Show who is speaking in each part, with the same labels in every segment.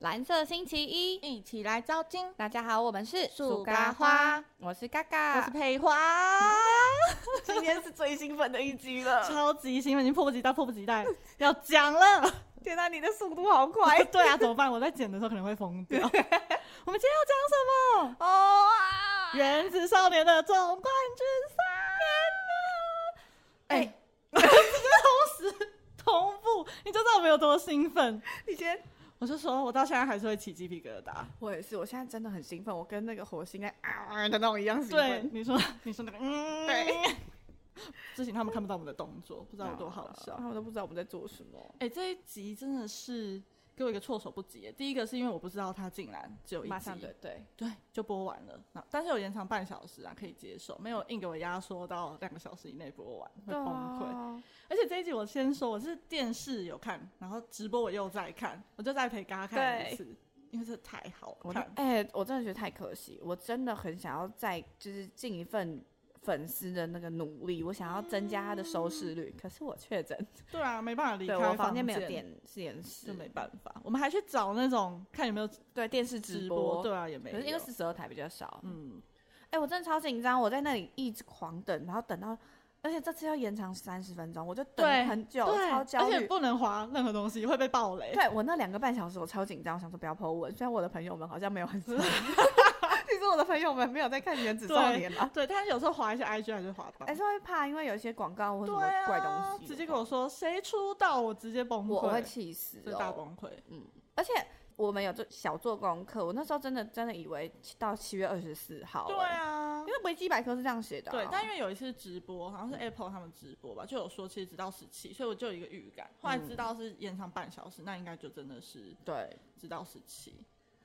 Speaker 1: 蓝色星期一，
Speaker 2: 一起来招金。
Speaker 1: 大家好，我们是
Speaker 2: 树咖花，
Speaker 1: 我是嘎
Speaker 2: 我
Speaker 1: 嘎，
Speaker 2: 是佩花，今天是最兴奋的一集了。
Speaker 3: 超级兴奋，已经迫不及待，迫不及待 要讲了。
Speaker 2: 天哪、你的速度 好快
Speaker 3: 对啊，怎么办？我在剪的时候可能会疯 掉。我们今天要讲什么？
Speaker 2: 哦啊！
Speaker 3: 原子少年的总冠军赛！
Speaker 2: 哎
Speaker 3: 哎，同时哦同步，你就知道我们有多兴奋。
Speaker 2: 你先，
Speaker 3: 我就说，我到现在还是会起鸡皮疙瘩。
Speaker 2: 我也是，我现在真的很兴奋，我跟那个火星在啊啊的那种一样兴
Speaker 3: 对
Speaker 2: 奋，。
Speaker 3: 你说，你说那个，嗯，
Speaker 2: 对。
Speaker 3: 之前他们看不到我们的动作，不知道有多好笑
Speaker 2: 啊他。们都不知道我们在做什么。
Speaker 3: 哎、这一集真的是给我一个措手不及耶。第一个是因为我不知道它竟然只有一
Speaker 2: 马
Speaker 3: 集
Speaker 2: 上，对对，
Speaker 3: 对，就播完了。那但是有延长半小时啊，可以接受，没有硬给我压缩到两个小时以内播完，会崩溃。
Speaker 2: 溃。
Speaker 3: 而且这一集我先说，我是电视有看，然后直播我又在看，我就再陪嘎嘎看一次，因为这太好
Speaker 2: 我
Speaker 3: 看。
Speaker 2: 哎、我真的觉得太可惜，我真的很想要再就是尽一份粉丝的那个努力，我想要增加他的收视率，可是我确诊，
Speaker 3: 对啊，没嗯办法离
Speaker 2: 对
Speaker 3: 开
Speaker 2: 我
Speaker 3: 房
Speaker 2: 房间没有，电视电视
Speaker 3: 就，没办法。我们还去找那种看有没有
Speaker 2: 对电视
Speaker 3: 直
Speaker 2: 播，
Speaker 3: 对啊，也没有。
Speaker 2: 可是因为四十二台比较少，
Speaker 3: 嗯，
Speaker 2: 哎、我真的超紧张，我在那里一直狂等，然后等到，而且这次要延长三十分钟，我就
Speaker 3: 对
Speaker 2: 等很久，
Speaker 3: 对，
Speaker 2: 超焦
Speaker 3: 而且
Speaker 2: 虑。
Speaker 3: 不能滑任何东西，会被暴雷。
Speaker 2: 对我那两个半小时，我超紧张，我想说不要 Po 文。虽然我的朋友们好像没有很，其 实我的朋友们没有在看《原子少年》 啊，
Speaker 3: 对，但是有时候滑一下 IG 还是滑到。
Speaker 2: 还哎是会怕，因为有一些广告或什
Speaker 3: 对
Speaker 2: 么
Speaker 3: 啊，
Speaker 2: 怪东西，
Speaker 3: 直接跟我说谁出道，我直接崩溃，
Speaker 2: 我我会气死
Speaker 3: 这大
Speaker 2: 哦。
Speaker 3: 崩溃。
Speaker 2: 而且我们有做小做功课，我那时候真的真的以为到七月二十四号、
Speaker 3: 对
Speaker 2: 哎，
Speaker 3: 啊
Speaker 2: 因。为维基百科是这样写的、啊，嗯
Speaker 3: 对，但因为有一次直播，好像是 Apple 他们直播吧，就有说其实直到十七，所以我就有一个预感。后来
Speaker 2: 嗯
Speaker 3: 知道是延长半小时，那应该就真的是
Speaker 2: 对，
Speaker 3: 直到十七。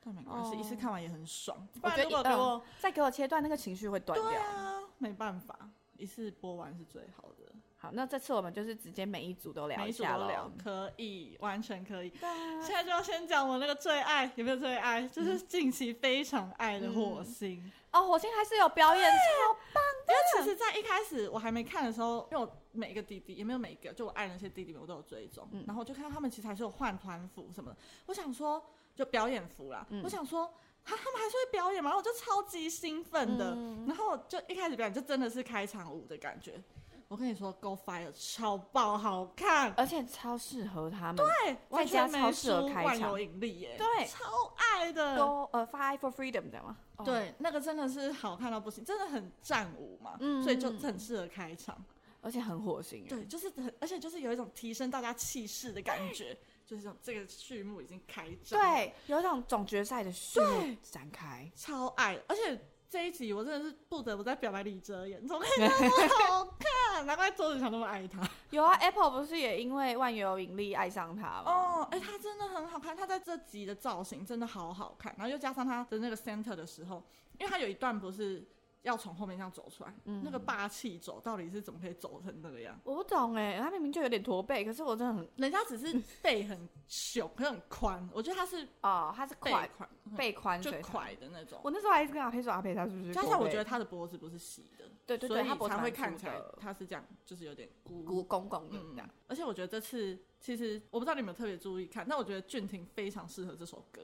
Speaker 3: 但没关系，
Speaker 2: 哦
Speaker 3: 一次看完也很爽。不
Speaker 2: 我
Speaker 3: 然
Speaker 2: 觉得
Speaker 3: 如果给我，
Speaker 2: 再给我切断那个情绪会断掉。
Speaker 3: 对啊，没办法，一次播完是最好的。
Speaker 2: 好，那这次我们就是直接每一组都聊
Speaker 3: 每
Speaker 2: 一
Speaker 3: 一组
Speaker 2: 下
Speaker 3: 都
Speaker 2: 咯
Speaker 3: 聊，可以，完全可以。
Speaker 2: 对啊
Speaker 3: 现在就要先讲我那个最爱，有没有最爱？就是近期非常爱的火星。
Speaker 2: 哦，火星还是有表演超
Speaker 3: 因为
Speaker 2: 啊
Speaker 3: 其实，在一开始我还没看的时候，因为我每一个弟弟也没有每一个，就我爱的那些弟弟们我都有追踪，
Speaker 2: 嗯
Speaker 3: 然后我就看到他们其实还是有换团服什么的。我想说，就表演服啦，
Speaker 2: 嗯
Speaker 3: 我想说。啊，他们还是会表演嘛，然后我就超级兴奋的，
Speaker 2: 嗯
Speaker 3: 然后就一开始表演就真的是开场舞的感觉。我跟你说，Go Fire 超爆好看，
Speaker 2: 而且超适合他们。
Speaker 3: 对，完全没
Speaker 2: 呃超适
Speaker 3: 输
Speaker 2: 合开
Speaker 3: 万
Speaker 2: 场
Speaker 3: 有引力耶，
Speaker 2: 对
Speaker 3: 超爱的。
Speaker 2: Go 呃，Fight for Freedom 对吗？哦，
Speaker 3: 啊对，那个真的是好看到不行，真的很战舞嘛，
Speaker 2: 嗯
Speaker 3: 所以就很适合开场。
Speaker 2: 而且很火星。
Speaker 3: 对，，就是很，而且就是有一种提升大家气势的感觉，就是这种这个序幕已经开战，，
Speaker 2: 对，有一种总决赛的序幕
Speaker 3: 对
Speaker 2: 展开。
Speaker 3: 超爱。而且这一集我真的是不得不在表白李哲言， 怎么可以那么好看？难怪周子强那么爱他
Speaker 2: 有啊，Apple 不是也因为万有引力爱上他吗？
Speaker 3: 哦，哎、他真的很好看，他在这集的造型真的好好看，然后又加上他的那个 center 的时候，因为他有一段不是要从后面这样走出来，
Speaker 2: 嗯
Speaker 3: 那个霸气走到底是怎么可以走成那个样？
Speaker 2: 我不懂哎，他明明就有点驼背，可是我真的很
Speaker 3: 人家只是背很 胸，可是很宽，我觉得他是
Speaker 2: 哦，他是
Speaker 3: 背
Speaker 2: 宽
Speaker 3: 宽，
Speaker 2: 背宽，
Speaker 3: 就
Speaker 2: 所以他。
Speaker 3: 快的那种。
Speaker 2: 我那时候还一直跟阿佩说，阿佩他是不是
Speaker 3: 加
Speaker 2: 驼背？
Speaker 3: 上我觉得他的脖子不是细的，
Speaker 2: 对对
Speaker 3: 所
Speaker 2: 对，
Speaker 3: 以
Speaker 2: 他脖子
Speaker 3: 才会
Speaker 2: 蛮
Speaker 3: 看
Speaker 2: 粗
Speaker 3: 起来
Speaker 2: 的
Speaker 3: 他是这样，就是有点孤
Speaker 2: 鼓拱拱的这
Speaker 3: 嗯
Speaker 2: 样。，
Speaker 3: 而且我觉得这次其实我不知道你有没有特别注意看，但我觉得俊廷非常适合这首歌，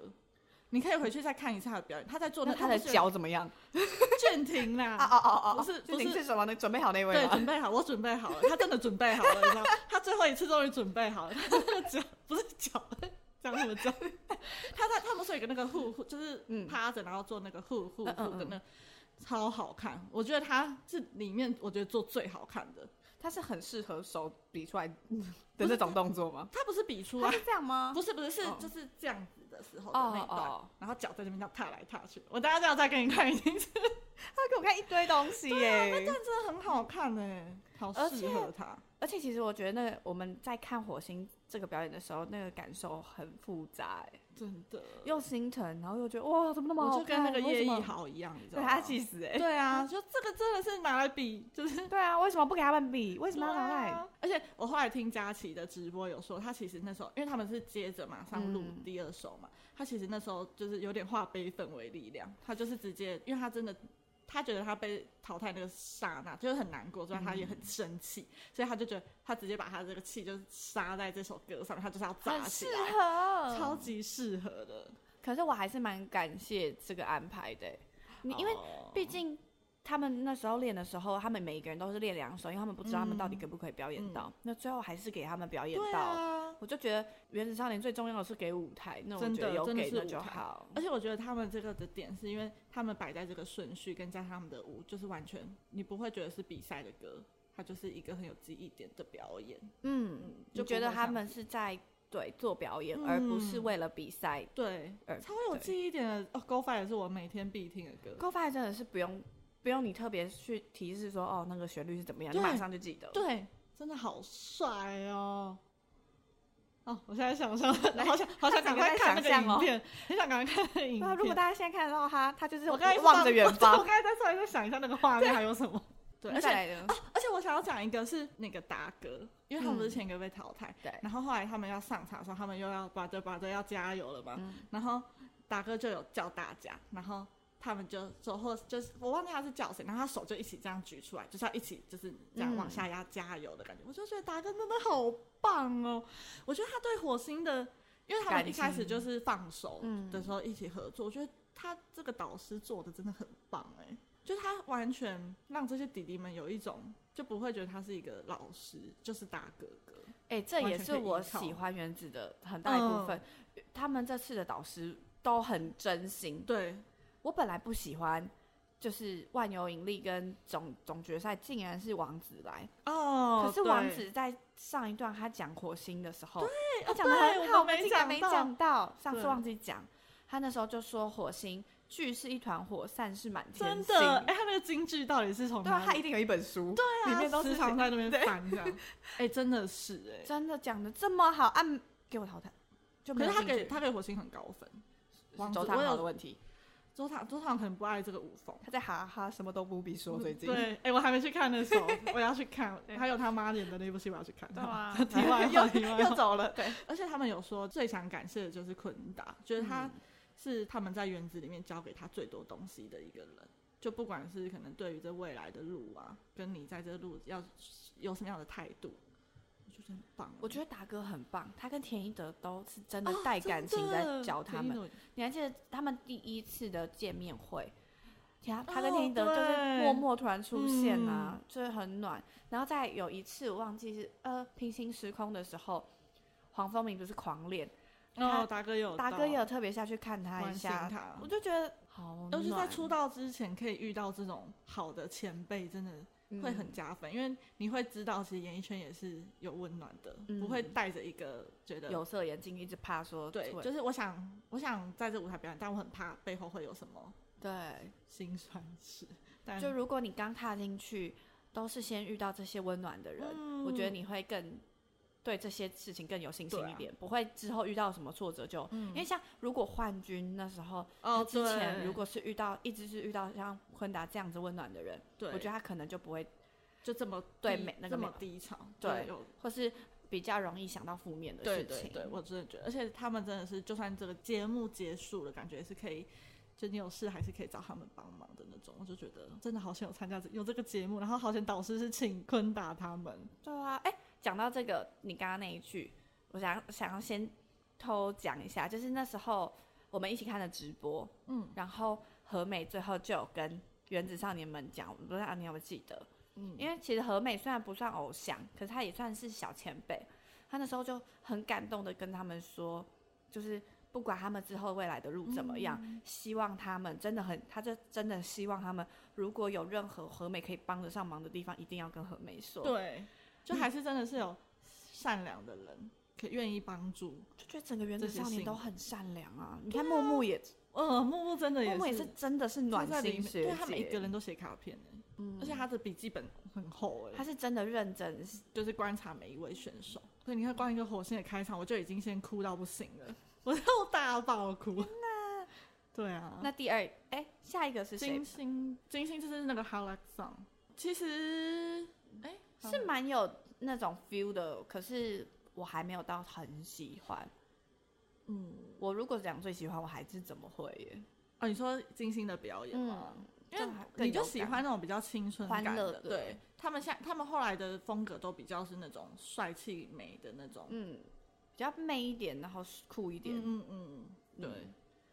Speaker 3: 你可以回去再看一下他的表演，他在做
Speaker 2: 那
Speaker 3: 那
Speaker 2: 他的
Speaker 3: 脚
Speaker 2: 脚怎么样？
Speaker 3: 俊廷
Speaker 2: 啊
Speaker 3: 啦，
Speaker 2: 啊啊啊！
Speaker 3: 不是
Speaker 2: 就
Speaker 3: 不
Speaker 2: 您
Speaker 3: 是
Speaker 2: 是什么？你准备好那位
Speaker 3: 对，
Speaker 2: 吗？
Speaker 3: 准备好，我准备 好了，他真的准备好了，你知道，他最后一次终于准备好了，他那个脚不是脚。讲 什么脚？他在他们是有一个那个护护，就是
Speaker 2: 嗯
Speaker 3: 趴着然后做那个护护护
Speaker 2: 嗯嗯
Speaker 3: 的那个，超好看。我觉得他是里面我觉得做最好看的。
Speaker 2: 他是很适合手比出来的那种动作吗？
Speaker 3: 他不是比出来
Speaker 2: 他，是这样吗？
Speaker 3: 不是不是是
Speaker 2: 哦
Speaker 3: 就是这样子的时候的那一段，
Speaker 2: 哦哦
Speaker 3: 然后脚在那边这样踏来踏去。我大家这样再给你 看一次，
Speaker 2: 他给我看一堆东西耶、
Speaker 3: 但真的很好看呢、
Speaker 2: 欸
Speaker 3: 好
Speaker 2: 而
Speaker 3: 适合他。
Speaker 2: 而且其实我觉得那个我们在看火星这个表演的时候，那个感受很复杂、哎，
Speaker 3: 真的，
Speaker 2: 又心疼，然后又觉得哇，怎么那么好
Speaker 3: 我就
Speaker 2: 看？
Speaker 3: 跟那个叶
Speaker 2: 为什
Speaker 3: 一
Speaker 2: 么，
Speaker 3: 豪一样，你知道
Speaker 2: 对
Speaker 3: 吗？
Speaker 2: 他气死哎、
Speaker 3: 对啊，就这个真的是拿来比，就是
Speaker 2: 对啊，为什么不给他们比？为什么要拿
Speaker 3: 对
Speaker 2: 来？
Speaker 3: 啊而且我后来听佳琪的直播有说，他其实那时候，因为他们是接着马上录
Speaker 2: 嗯
Speaker 3: 第二首嘛，他其实那时候就是有点化悲愤为力量，他就是直接，因为他真的。他觉得他被淘汰那个刹那就是很难过，所以他也
Speaker 2: 嗯
Speaker 3: 很生气，所以他就觉得他直接把他这个气就是撒在这首歌上，他就是要炸
Speaker 2: 很
Speaker 3: 起
Speaker 2: 适
Speaker 3: 来，
Speaker 2: 合，
Speaker 3: 超级适合的。
Speaker 2: 可可是我还是蛮感谢这个安排的欸，你因为
Speaker 3: 哦
Speaker 2: 毕竟他们那时候练的时候，他们每一个人都是练两首，因为他们不知道他们到底可不可以表演到。那最后还是给他们表演
Speaker 3: 对
Speaker 2: 到。
Speaker 3: 啊，
Speaker 2: 我就觉得《原子少年》最重要的是给舞台，那我
Speaker 3: 真
Speaker 2: 觉得
Speaker 3: 的
Speaker 2: 有
Speaker 3: 真的
Speaker 2: 给
Speaker 3: 是
Speaker 2: 那
Speaker 3: 舞
Speaker 2: 就
Speaker 3: 台
Speaker 2: 好。
Speaker 3: 而且我觉得他们这个的点是因为他们摆在这个顺序，跟加上他们的舞，就是完全你不会觉得是比赛的歌，它就是一个很有记忆点的表演。
Speaker 2: 嗯，
Speaker 3: 就
Speaker 2: 就觉
Speaker 3: 不
Speaker 2: 得
Speaker 3: 会
Speaker 2: 他
Speaker 3: 像
Speaker 2: 们是在对做表演，而不是
Speaker 3: 嗯
Speaker 2: 为了比赛。
Speaker 3: 对，
Speaker 2: 而
Speaker 3: 超有
Speaker 2: 对
Speaker 3: 记忆点的哦。Go Fire 也是我每天必听的歌。
Speaker 2: 高发真的是不用不用你特别去提示说哦那个旋律是怎么样，你
Speaker 3: 对
Speaker 2: 马上就记得。
Speaker 3: 对，真的好帅哦！哦，我现在想象，好想好想赶快看那个
Speaker 2: 他整个在想象
Speaker 3: 影
Speaker 2: 哦
Speaker 3: 片，很想赶快看那个影
Speaker 2: 那
Speaker 3: 片。
Speaker 2: 啊如果大家现在看得到他，他就是
Speaker 3: 我刚才
Speaker 2: 望着远
Speaker 3: 我
Speaker 2: 方
Speaker 3: 我。刚才在突然在想一下那个画面还有什么。对，
Speaker 2: 那
Speaker 3: 而
Speaker 2: 再
Speaker 3: 且
Speaker 2: 来呢？
Speaker 3: 而且我想要讲一个是那个达哥，因为他们不是前一个被淘汰，
Speaker 2: 对
Speaker 3: 然后后来他们要上场的时候，他们又要把着把着要加油了嘛，
Speaker 2: 嗯
Speaker 3: 然后达哥就有叫大家，然后他们就说哦或就是我忘记他是叫谁，然后他手就一起这样举出来，就是要一起就是这样
Speaker 2: 嗯
Speaker 3: 往下压加油的感觉，我就觉得达哥真的好棒哦，我觉得他对火星的，因为他们
Speaker 2: 感
Speaker 3: 一开始
Speaker 2: 情
Speaker 3: 就是放手
Speaker 2: 嗯
Speaker 3: 的时候一起合作，我觉得他这个导师做的真的很棒哎、就是他完全让这些弟弟们有一种就不会觉得他是一个老师，就是大哥哥。
Speaker 2: 哎、这
Speaker 3: 完
Speaker 2: 也
Speaker 3: 全
Speaker 2: 是
Speaker 3: 可以依
Speaker 2: 我
Speaker 3: 靠嗯
Speaker 2: 喜欢原子的很大一部分。他们这次的导师都很真心。
Speaker 3: 对，
Speaker 2: 我本来不喜欢，就是万有引力跟总总决赛竟然是王子来，
Speaker 3: 哦，
Speaker 2: 可是王
Speaker 3: 对
Speaker 2: 子在上一段他讲火星的时候，他
Speaker 3: 哦
Speaker 2: 讲的
Speaker 3: 对
Speaker 2: 很
Speaker 3: 我
Speaker 2: 好，
Speaker 3: 们没
Speaker 2: 竟然
Speaker 3: 讲
Speaker 2: 没
Speaker 3: 到
Speaker 2: 讲到，上次
Speaker 3: 对
Speaker 2: 忘记讲，他那时候就说火星聚是一团火，散是满天
Speaker 3: 真
Speaker 2: 星。
Speaker 3: 的，哎、他那个京剧到底是从
Speaker 2: 对啊，
Speaker 3: 哪
Speaker 2: 他
Speaker 3: 里
Speaker 2: 一定有一本书，对
Speaker 3: 对啊
Speaker 2: 里面都是
Speaker 3: 时常在那边翻这样， 哎、真的是哎、
Speaker 2: 真的讲的这么好，按给我淘汰，就没
Speaker 3: 可
Speaker 2: 有
Speaker 3: 是他
Speaker 2: 兴
Speaker 3: 给
Speaker 2: 趣
Speaker 3: 他给火星很高分，王子
Speaker 2: 是周
Speaker 3: 我
Speaker 2: 汤豪的
Speaker 3: 有
Speaker 2: 问题。
Speaker 3: 周汤周汤可能不爱这个舞风。
Speaker 2: 他在哈哈什么都不必说，最近。
Speaker 3: 对，哎、我还没去看那首，我要去看，还有他妈演的那部戏，我要去看。好
Speaker 2: 啊，
Speaker 3: 题外话，题外话
Speaker 2: 又。走了，对，
Speaker 3: 而且他们有说，最想感谢的就是昆达，觉得他是他们在原子里面教给他最多东西的一个人。就不管是可能对于这未来的路啊，跟你在这路要有什么样的态度，我觉得很棒。啊
Speaker 2: 我觉得达哥很棒，他跟田一德都是真
Speaker 3: 哦
Speaker 2: 的带感情在
Speaker 3: 真的
Speaker 2: 教他
Speaker 3: 田一
Speaker 2: 们。
Speaker 3: 诺
Speaker 2: 你还记得他们第一次的见面会，田他
Speaker 3: 哦
Speaker 2: 跟田一德就是
Speaker 3: 对
Speaker 2: 默默突然出现啊，就是很暖。然后在有一次我忘记是呃平行时空的时候，黄蜂鸣不是狂恋，他
Speaker 3: 哦，达哥也有到，
Speaker 2: 达哥也有特别下去看他
Speaker 3: 关
Speaker 2: 一
Speaker 3: 心
Speaker 2: 下，
Speaker 3: 他
Speaker 2: 我，就觉得嗯好暖，
Speaker 3: 尤其在出道之前可以遇到这种好的前辈，真的会很
Speaker 2: 嗯
Speaker 3: 加分，因为你会知道其实演艺圈也是有温暖的，
Speaker 2: 嗯
Speaker 3: 不会带着一个觉得
Speaker 2: 有色眼镜，一直怕说
Speaker 3: 对，
Speaker 2: 会
Speaker 3: 就是我想，我想在这舞台表演，但我很怕背后会有什么
Speaker 2: 对。
Speaker 3: 辛酸 事。但
Speaker 2: 就如果你刚踏进去，都是先遇到这些温暖的人，我觉得
Speaker 3: 嗯
Speaker 2: 你会更对这些事情更有信
Speaker 3: 对
Speaker 2: 心
Speaker 3: 啊嗯
Speaker 2: 一点，不会之后遇到什么挫折就。因为像如果幻军那时候，
Speaker 3: 哦，
Speaker 2: 他之前
Speaker 3: 对
Speaker 2: 如果是遇到一直是遇到像昆达这样子温暖的人，
Speaker 3: 对，
Speaker 2: 我觉得他可能就不会，
Speaker 3: 就这么低
Speaker 2: 对每那个
Speaker 3: 这么
Speaker 2: 每
Speaker 3: 低潮，
Speaker 2: 对
Speaker 3: 就有
Speaker 2: 或是比较容易想到负面的
Speaker 3: 对
Speaker 2: 事
Speaker 3: 对
Speaker 2: 情。
Speaker 3: 对，我真的觉得，而且他们真的是，就算这个节目结束了，感觉也是可以。就你有事还是可以找他们帮忙的那种，我就觉得真的好想有参加这有这个节目，然后好想导师是请昆达他们，
Speaker 2: 对啊，哎、讲到这个，你刚刚那一句，我想想要先偷讲一下，就是那时候我们一起看的直播，
Speaker 3: 嗯，
Speaker 2: 然后和美最后就有跟原子少年们讲，我不知道你有没有记得，
Speaker 3: 嗯
Speaker 2: 因为其实和美虽然不算偶像，可是她也算是小前辈，她那时候就很感动的跟他们说，就是。不管他们之后未来的路怎么样，
Speaker 3: 嗯
Speaker 2: 希望他们真的很，她就真的希望他们如果有任何和美可以帮得上忙的地方，一定要跟和美说。
Speaker 3: 对，就还是真的是有善良的人，可以愿意帮助。
Speaker 2: 就觉得整个原子
Speaker 3: 这些
Speaker 2: 少年
Speaker 3: 性
Speaker 2: 都很善良啊！你看木木也，
Speaker 3: 呃，木木真的也
Speaker 2: 木木也
Speaker 3: 是
Speaker 2: 是真的是暖
Speaker 3: 在里
Speaker 2: 心
Speaker 3: 面，
Speaker 2: 学
Speaker 3: 对他每一个
Speaker 2: 姐，
Speaker 3: 人都写卡片哎、
Speaker 2: 嗯
Speaker 3: 而且他的笔记本很厚哎、
Speaker 2: 他是真的认真，
Speaker 3: 就是观察每一位选手。所以你看，光一个火星的开场，我就已经先哭到不行了，我又大爆哭。对啊，
Speaker 2: 那第二，哎、下一个是谁
Speaker 3: 金？星，金星就是那个 h o l a Song，其实哎、
Speaker 2: 是蛮有那种 feel 的，可是我还没有到很喜欢。
Speaker 3: 嗯
Speaker 2: 我如果讲最喜欢，我还是怎么会耶？
Speaker 3: 哦，你说金星的表演吗？
Speaker 2: 嗯
Speaker 3: 因
Speaker 2: 这
Speaker 3: 为
Speaker 2: 样还更
Speaker 3: 你就
Speaker 2: 有
Speaker 3: 喜
Speaker 2: 感
Speaker 3: 欢那种比较青春
Speaker 2: 欢
Speaker 3: 感
Speaker 2: 乐
Speaker 3: 的，
Speaker 2: 的
Speaker 3: 对他们现他们后来的风格都比较是那种帅气美的那种，
Speaker 2: 嗯嗯，比较媚一点，然后酷一点，
Speaker 3: 嗯嗯嗯，对，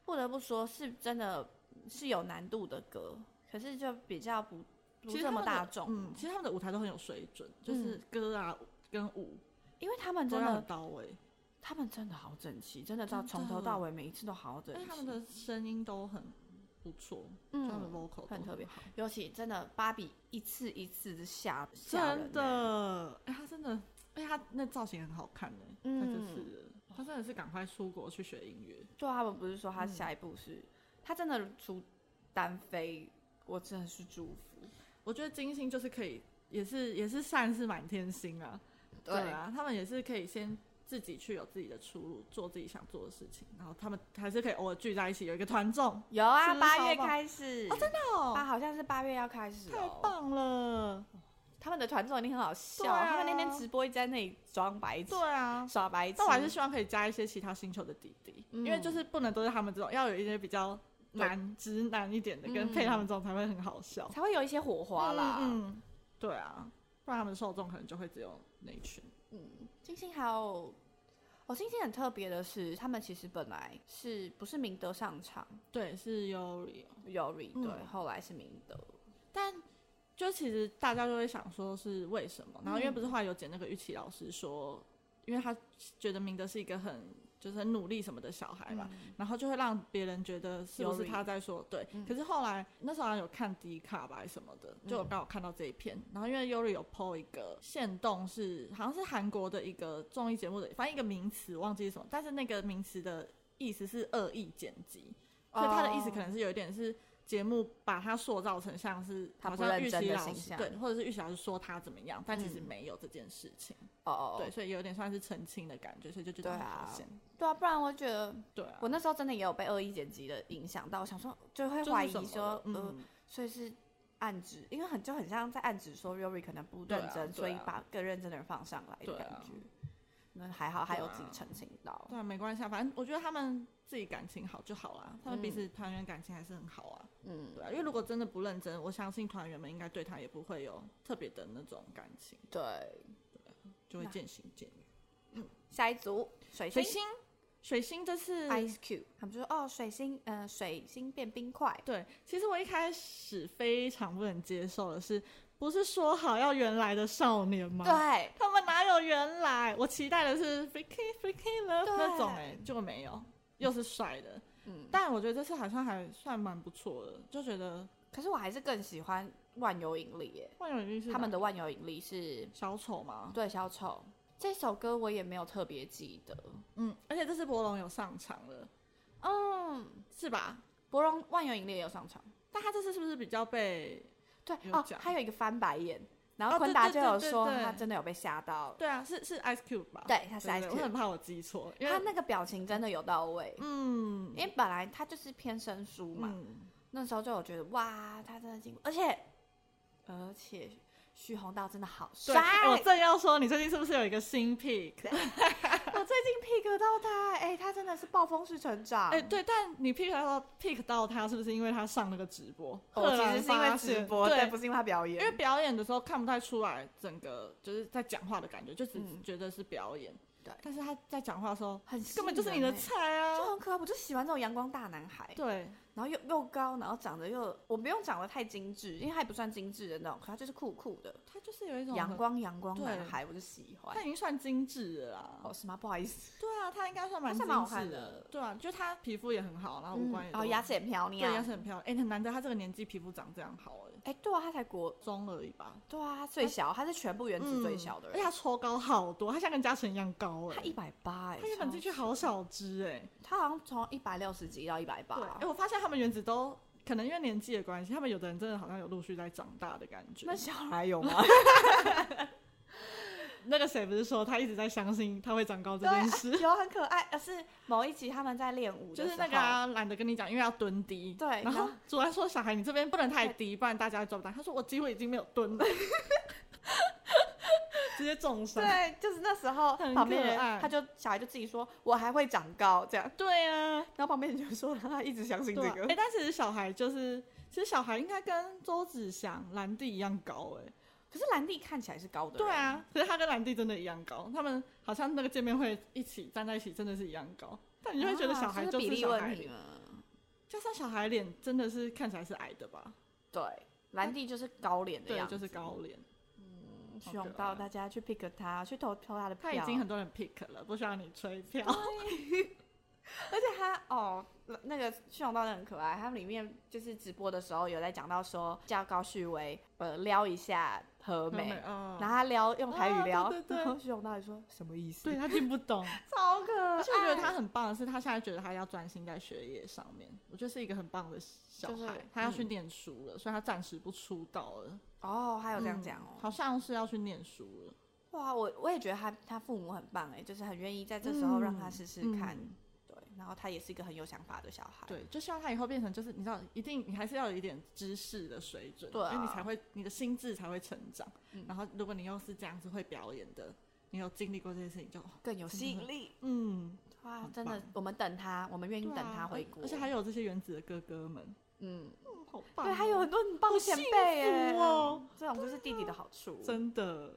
Speaker 2: 或不得不说是真的是有难度的歌，可是就比较不不
Speaker 3: 其实
Speaker 2: 这么
Speaker 3: 他们的
Speaker 2: 大众，
Speaker 3: 嗯，其实他们的舞台都很有水准，就是歌啊跟舞
Speaker 2: 因为他们
Speaker 3: 都
Speaker 2: 嗯真
Speaker 3: 要
Speaker 2: 的
Speaker 3: 很到位，
Speaker 2: 他们真的好整齐，真的到
Speaker 3: 真的
Speaker 2: 从头到尾每一次都好整
Speaker 3: 而且
Speaker 2: 齐。
Speaker 3: 他们的声音都很不错，就他们的 vocal 都
Speaker 2: 嗯很特别
Speaker 3: 好。
Speaker 2: 尤其真的芭比一次一次的吓，吓人欸
Speaker 3: 真的，哎、他真的，哎、他那造型很好看呢、
Speaker 2: 嗯
Speaker 3: 他就是，他真的是赶快出国去学音乐，
Speaker 2: 就他们不是说他下一步是，他真的出单飞，我真的是祝福。
Speaker 3: 我觉得金星就是可以，也是也是善是满天星啊，啊，他们也是可以先自己去有自己的出路，做自己想做的事情，然后他们还是可以偶尔聚在一起，有一个团众，
Speaker 2: 有
Speaker 3: 是
Speaker 2: 啊，
Speaker 3: 不是
Speaker 2: 八
Speaker 3: 超
Speaker 2: 月
Speaker 3: 棒
Speaker 2: 开始，哦，真的
Speaker 3: 哦
Speaker 2: 八好像是八月要开始、哦，
Speaker 3: 太！棒了，
Speaker 2: 他们的团综一定很好笑，
Speaker 3: 对啊
Speaker 2: 他们那天直播一直在那里装白痴
Speaker 3: 对，啊。
Speaker 2: 耍白痴。
Speaker 3: 但我还是希望可以加一些其他星球的弟弟，因为就是不能都是他们这种，要有一些比较男直男一点的，跟配他们这嗯种才会很好笑。
Speaker 2: 才会有一些火花啦。
Speaker 3: 嗯，嗯对啊，不然他们受众可能就会只有那一群。
Speaker 2: 金星还有，哦，金星很特别的是，他们其实本来是不是明德上场
Speaker 3: 对，是 Yuri，
Speaker 2: ，Yori 对，
Speaker 3: 嗯
Speaker 2: 后来是明德，
Speaker 3: 但就其实大家就会想说是为什么？然后因为不是后来有剪那个玉琪老师说，因为他觉得明德是一个很就是很努力什么的小孩嘛，
Speaker 2: 嗯
Speaker 3: 然后就会让别人觉得是不是
Speaker 2: Yuri
Speaker 3: 他在说对。
Speaker 2: 嗯
Speaker 3: 可是后来那时候好像有看迪卡吧还是什么的，就有刚好看到这一
Speaker 2: 嗯
Speaker 3: 篇，然后因为 Yuri 有 PO 一个线动是好像是韩国的一个综艺节目的，反正一个名词忘记是什么，但是那个名词的意思是恶意剪辑。
Speaker 2: 哦
Speaker 3: 所以他的意思可能是有一点是节目把他塑造成像是
Speaker 2: 他
Speaker 3: 好
Speaker 2: 不
Speaker 3: 像
Speaker 2: 认
Speaker 3: 玉
Speaker 2: 真
Speaker 3: 琪
Speaker 2: 的
Speaker 3: 老
Speaker 2: 形
Speaker 3: 师
Speaker 2: 象
Speaker 3: 对，或者是玉琪老师说他怎么样，但其实
Speaker 2: 嗯
Speaker 3: 没有这件事情，
Speaker 2: 哦哦，
Speaker 3: 对，所以有点算是澄清的感觉，所以就觉得
Speaker 2: 对
Speaker 3: 很
Speaker 2: 啊
Speaker 3: 好险，
Speaker 2: 对啊，不然我觉得
Speaker 3: 对啊，
Speaker 2: 我那时候真的也有被恶意剪辑的影响到，我想说就会
Speaker 3: 就是
Speaker 2: 怀疑
Speaker 3: 什么
Speaker 2: 说，呃，
Speaker 3: 嗯，
Speaker 2: 所以是暗指，因为很就很像在暗指说 Rory 可能不
Speaker 3: 对啊
Speaker 2: 认真，
Speaker 3: 对
Speaker 2: 所以
Speaker 3: 啊
Speaker 2: 把更认真的人放上来的
Speaker 3: 对
Speaker 2: 感
Speaker 3: 啊
Speaker 2: 觉。那还好，还
Speaker 3: 对
Speaker 2: 有
Speaker 3: 啊
Speaker 2: 自己澄清到。
Speaker 3: 对啊，没关系，啊，反正我觉得他们自己感情好就好啦，他们彼
Speaker 2: 嗯
Speaker 3: 此团员感情还是很好啊，
Speaker 2: 嗯，
Speaker 3: 对啊，因为如果真的不认真，我相信团员们应该对他也不会有特别的那种感情，
Speaker 2: 对。
Speaker 3: 就会
Speaker 2: 那
Speaker 3: 渐行渐远。
Speaker 2: 下一组水
Speaker 3: 水
Speaker 2: 星
Speaker 3: 星，水星这次
Speaker 2: Ice Cube，他们就说哦，水星，呃，水星变冰块。
Speaker 3: 对，其实我一开始非常不能接受的是，不是说好要原来的少年吗？，
Speaker 2: 对，啊
Speaker 3: 他们哪有原来？我期待的是 freaky freaky love
Speaker 2: 对
Speaker 3: 那种、哎，结果没有，又是帅的。
Speaker 2: 嗯，
Speaker 3: 但我觉得这次好像还算蛮不错的，就觉得
Speaker 2: 可是我还是更喜欢万有引力耶。
Speaker 3: 万有引力是哦
Speaker 2: 他们
Speaker 3: 哪
Speaker 2: 的万有引力是
Speaker 3: 小丑嘛，
Speaker 2: 对小丑这首歌，我也没有特别记得。
Speaker 3: 嗯，而且这次博龙有上场了，
Speaker 2: 嗯，
Speaker 3: 是吧？
Speaker 2: 博龙万有引力也有上场。
Speaker 3: 但他这次是不是比较被？
Speaker 2: 对
Speaker 3: 有
Speaker 2: 哦，
Speaker 3: 讲
Speaker 2: 还有一个翻白眼，然
Speaker 3: 哦
Speaker 2: 后昆
Speaker 3: 对
Speaker 2: 达
Speaker 3: 对
Speaker 2: 就
Speaker 3: 对
Speaker 2: 有
Speaker 3: 对
Speaker 2: 说
Speaker 3: 对
Speaker 2: 他真的有被吓到，
Speaker 3: 对啊，是是 Ice Cube 吧？
Speaker 2: 对，他是
Speaker 3: 对
Speaker 2: Ice
Speaker 3: 对我
Speaker 2: Cube，
Speaker 3: 很怕我记错，因为
Speaker 2: 他那个表情真的有到位，
Speaker 3: 嗯
Speaker 2: 因为本来他就是偏生疏嘛，
Speaker 3: 嗯。
Speaker 2: 那时候就有觉得哇，他真的进步，而且而且徐宏道真的好帅，
Speaker 3: 对，我正要说，你最近是不是有一个新 pick？
Speaker 2: 我最近 pick 到他，哎、他真的是暴风式成长，
Speaker 3: 哎、对，但你 pick 到 pick 到他，是不是因为他上那个直播？
Speaker 2: 哦，
Speaker 3: 赫
Speaker 2: 其
Speaker 3: 然
Speaker 2: 实是因为
Speaker 3: 发
Speaker 2: 直
Speaker 3: 现
Speaker 2: 播，
Speaker 3: 对，
Speaker 2: 对，不是因为他表
Speaker 3: 因
Speaker 2: 演，
Speaker 3: 为表演的时候看不太出来整个就是在讲话的感觉，就只
Speaker 2: 嗯
Speaker 3: 觉得是表演。
Speaker 2: 对
Speaker 3: 但是他在讲话的时候，
Speaker 2: 很
Speaker 3: 根本就是你
Speaker 2: 吸引
Speaker 3: 的
Speaker 2: 人哎
Speaker 3: 菜啊
Speaker 2: 就！很可爱，我就喜欢这种阳光大男孩。
Speaker 3: 对，
Speaker 2: 然后又又高，然后长得又，我不用长得太精致，因为他也不算精致的那种，可他就是酷酷的
Speaker 3: 他就是有一种
Speaker 2: 阳
Speaker 3: 很，
Speaker 2: 光阳光
Speaker 3: 对
Speaker 2: 男孩，我就喜欢
Speaker 3: 他。已经算精致了啦。
Speaker 2: 哦，是吗？不好意思，
Speaker 3: 对啊，他应该算蛮
Speaker 2: 他
Speaker 3: 精
Speaker 2: 算蛮好
Speaker 3: 致
Speaker 2: 看
Speaker 3: 的
Speaker 2: 的。
Speaker 3: 对啊，就他皮肤也很好，然后五官啊也
Speaker 2: 然后
Speaker 3: 都
Speaker 2: 嗯哦牙齿也漂
Speaker 3: 对，牙
Speaker 2: 亮
Speaker 3: 齿。很漂亮。哎、很难得他这个年纪皮肤长这样好、哎，
Speaker 2: 哎，对啊，他才国，
Speaker 3: 中而已吧。
Speaker 2: 对啊，他最小，他是全部原子最小的
Speaker 3: 而且
Speaker 2: 人，
Speaker 3: 他抽高好多，他像跟嘉诚一样高哎、
Speaker 2: 他一百八，哎
Speaker 3: 嗯他，原本
Speaker 2: 超
Speaker 3: 进去好小只哎、
Speaker 2: 他好像从一百六十几到一百
Speaker 3: 对，
Speaker 2: 八
Speaker 3: 哎、，我发现他们原子都可能因为年纪的关系，他们有的人真的好像有陆续在长大的感觉。
Speaker 2: 那小孩有吗？
Speaker 3: 那个谁不是说他一直在相信他会长高这件事？
Speaker 2: 有很可爱，呃，是某一集他们在练舞的时
Speaker 3: 就
Speaker 2: 候，
Speaker 3: 是那个啊懒、得跟你讲，因为要蹲低。
Speaker 2: 对
Speaker 3: 然
Speaker 2: 然
Speaker 3: 后
Speaker 2: 后
Speaker 3: 主任说：“小孩，你这边不能太低，不然大家抓不到。”他说：“我几乎已经没有蹲了， 直接重伤。
Speaker 2: 对，就是那时候
Speaker 3: 很
Speaker 2: 旁边
Speaker 3: 可爱
Speaker 2: 人他就小孩就自己说，我还会长高这样。”
Speaker 3: 对啊，
Speaker 2: 然后旁边人就说 他一直相信这
Speaker 3: 对啊，哎、
Speaker 2: 个，
Speaker 3: 但其实小孩就是，其实小孩应该跟周子祥、兰弟一样高哎、
Speaker 2: 可是兰弟看起来是高的，
Speaker 3: 对，啊，可是他跟兰弟真的一样高，他们好像那个见面会一起站在一起，真的是一样高。但你就会觉得小孩
Speaker 2: 啊
Speaker 3: 就
Speaker 2: 这是比
Speaker 3: 是
Speaker 2: 例
Speaker 3: 小孩，
Speaker 2: 问题嘛。
Speaker 3: 加上小孩脸真的是看起来是矮的吧？
Speaker 2: 对，兰蒂就是高脸的
Speaker 3: 对，
Speaker 2: 样
Speaker 3: 就
Speaker 2: 子，
Speaker 3: 是高脸。好
Speaker 2: 希望
Speaker 3: 可
Speaker 2: 到
Speaker 3: 爱
Speaker 2: 大家去 pick 他，去投投他的票。
Speaker 3: 他已经很多人 pick 了，不需要你吹票。
Speaker 2: 而且他哦，那个旭荣道真的很可爱。他们里面就是直播的时候有在讲到说，叫高旭威呃撩一下和美，
Speaker 3: 嗯
Speaker 2: 然后他撩用台语
Speaker 3: 啊
Speaker 2: 撩，
Speaker 3: 对对对
Speaker 2: 然后旭荣道也说什么意思？
Speaker 3: 对，他听不 懂，
Speaker 2: 超可爱。
Speaker 3: 而且我觉得他很棒的是，他现在觉得他要专心在学业上面，我觉得是一个很棒的小
Speaker 2: 就是
Speaker 3: 孩。他要去
Speaker 2: 嗯
Speaker 3: 念书了，所以他暂时不出道了。
Speaker 2: 哦，还有这样
Speaker 3: 嗯
Speaker 2: 讲哦。
Speaker 3: 好像是要去念书了。
Speaker 2: 哇，我我也觉得他他父母很棒哎，就是很愿意在这时候让他
Speaker 3: 嗯
Speaker 2: 试试
Speaker 3: 嗯
Speaker 2: 看。对，然后他也是一个很有想法的小孩。
Speaker 3: 对，就希望他以后变成就是你知道，一定你还是要有一点知识的水准，
Speaker 2: 对啊
Speaker 3: 因为你才会你的心智才会成长。
Speaker 2: 嗯
Speaker 3: 然后如果你又是这样子会表演的，你有经历过这些事情就，
Speaker 2: 更有吸
Speaker 3: 真的
Speaker 2: 引力。
Speaker 3: 嗯，
Speaker 2: 哇，
Speaker 3: 很
Speaker 2: 真的
Speaker 3: 棒，
Speaker 2: 我们等他，我们愿意
Speaker 3: 对
Speaker 2: 等
Speaker 3: 啊
Speaker 2: 他回
Speaker 3: 而
Speaker 2: 国。
Speaker 3: 而且还有这些原子的哥哥们，
Speaker 2: 嗯，
Speaker 3: 嗯，好棒、
Speaker 2: 对，还有很多很棒的前
Speaker 3: 幸
Speaker 2: 辈哎
Speaker 3: 福。哦
Speaker 2: 嗯这种就是弟弟的好处。
Speaker 3: 真的，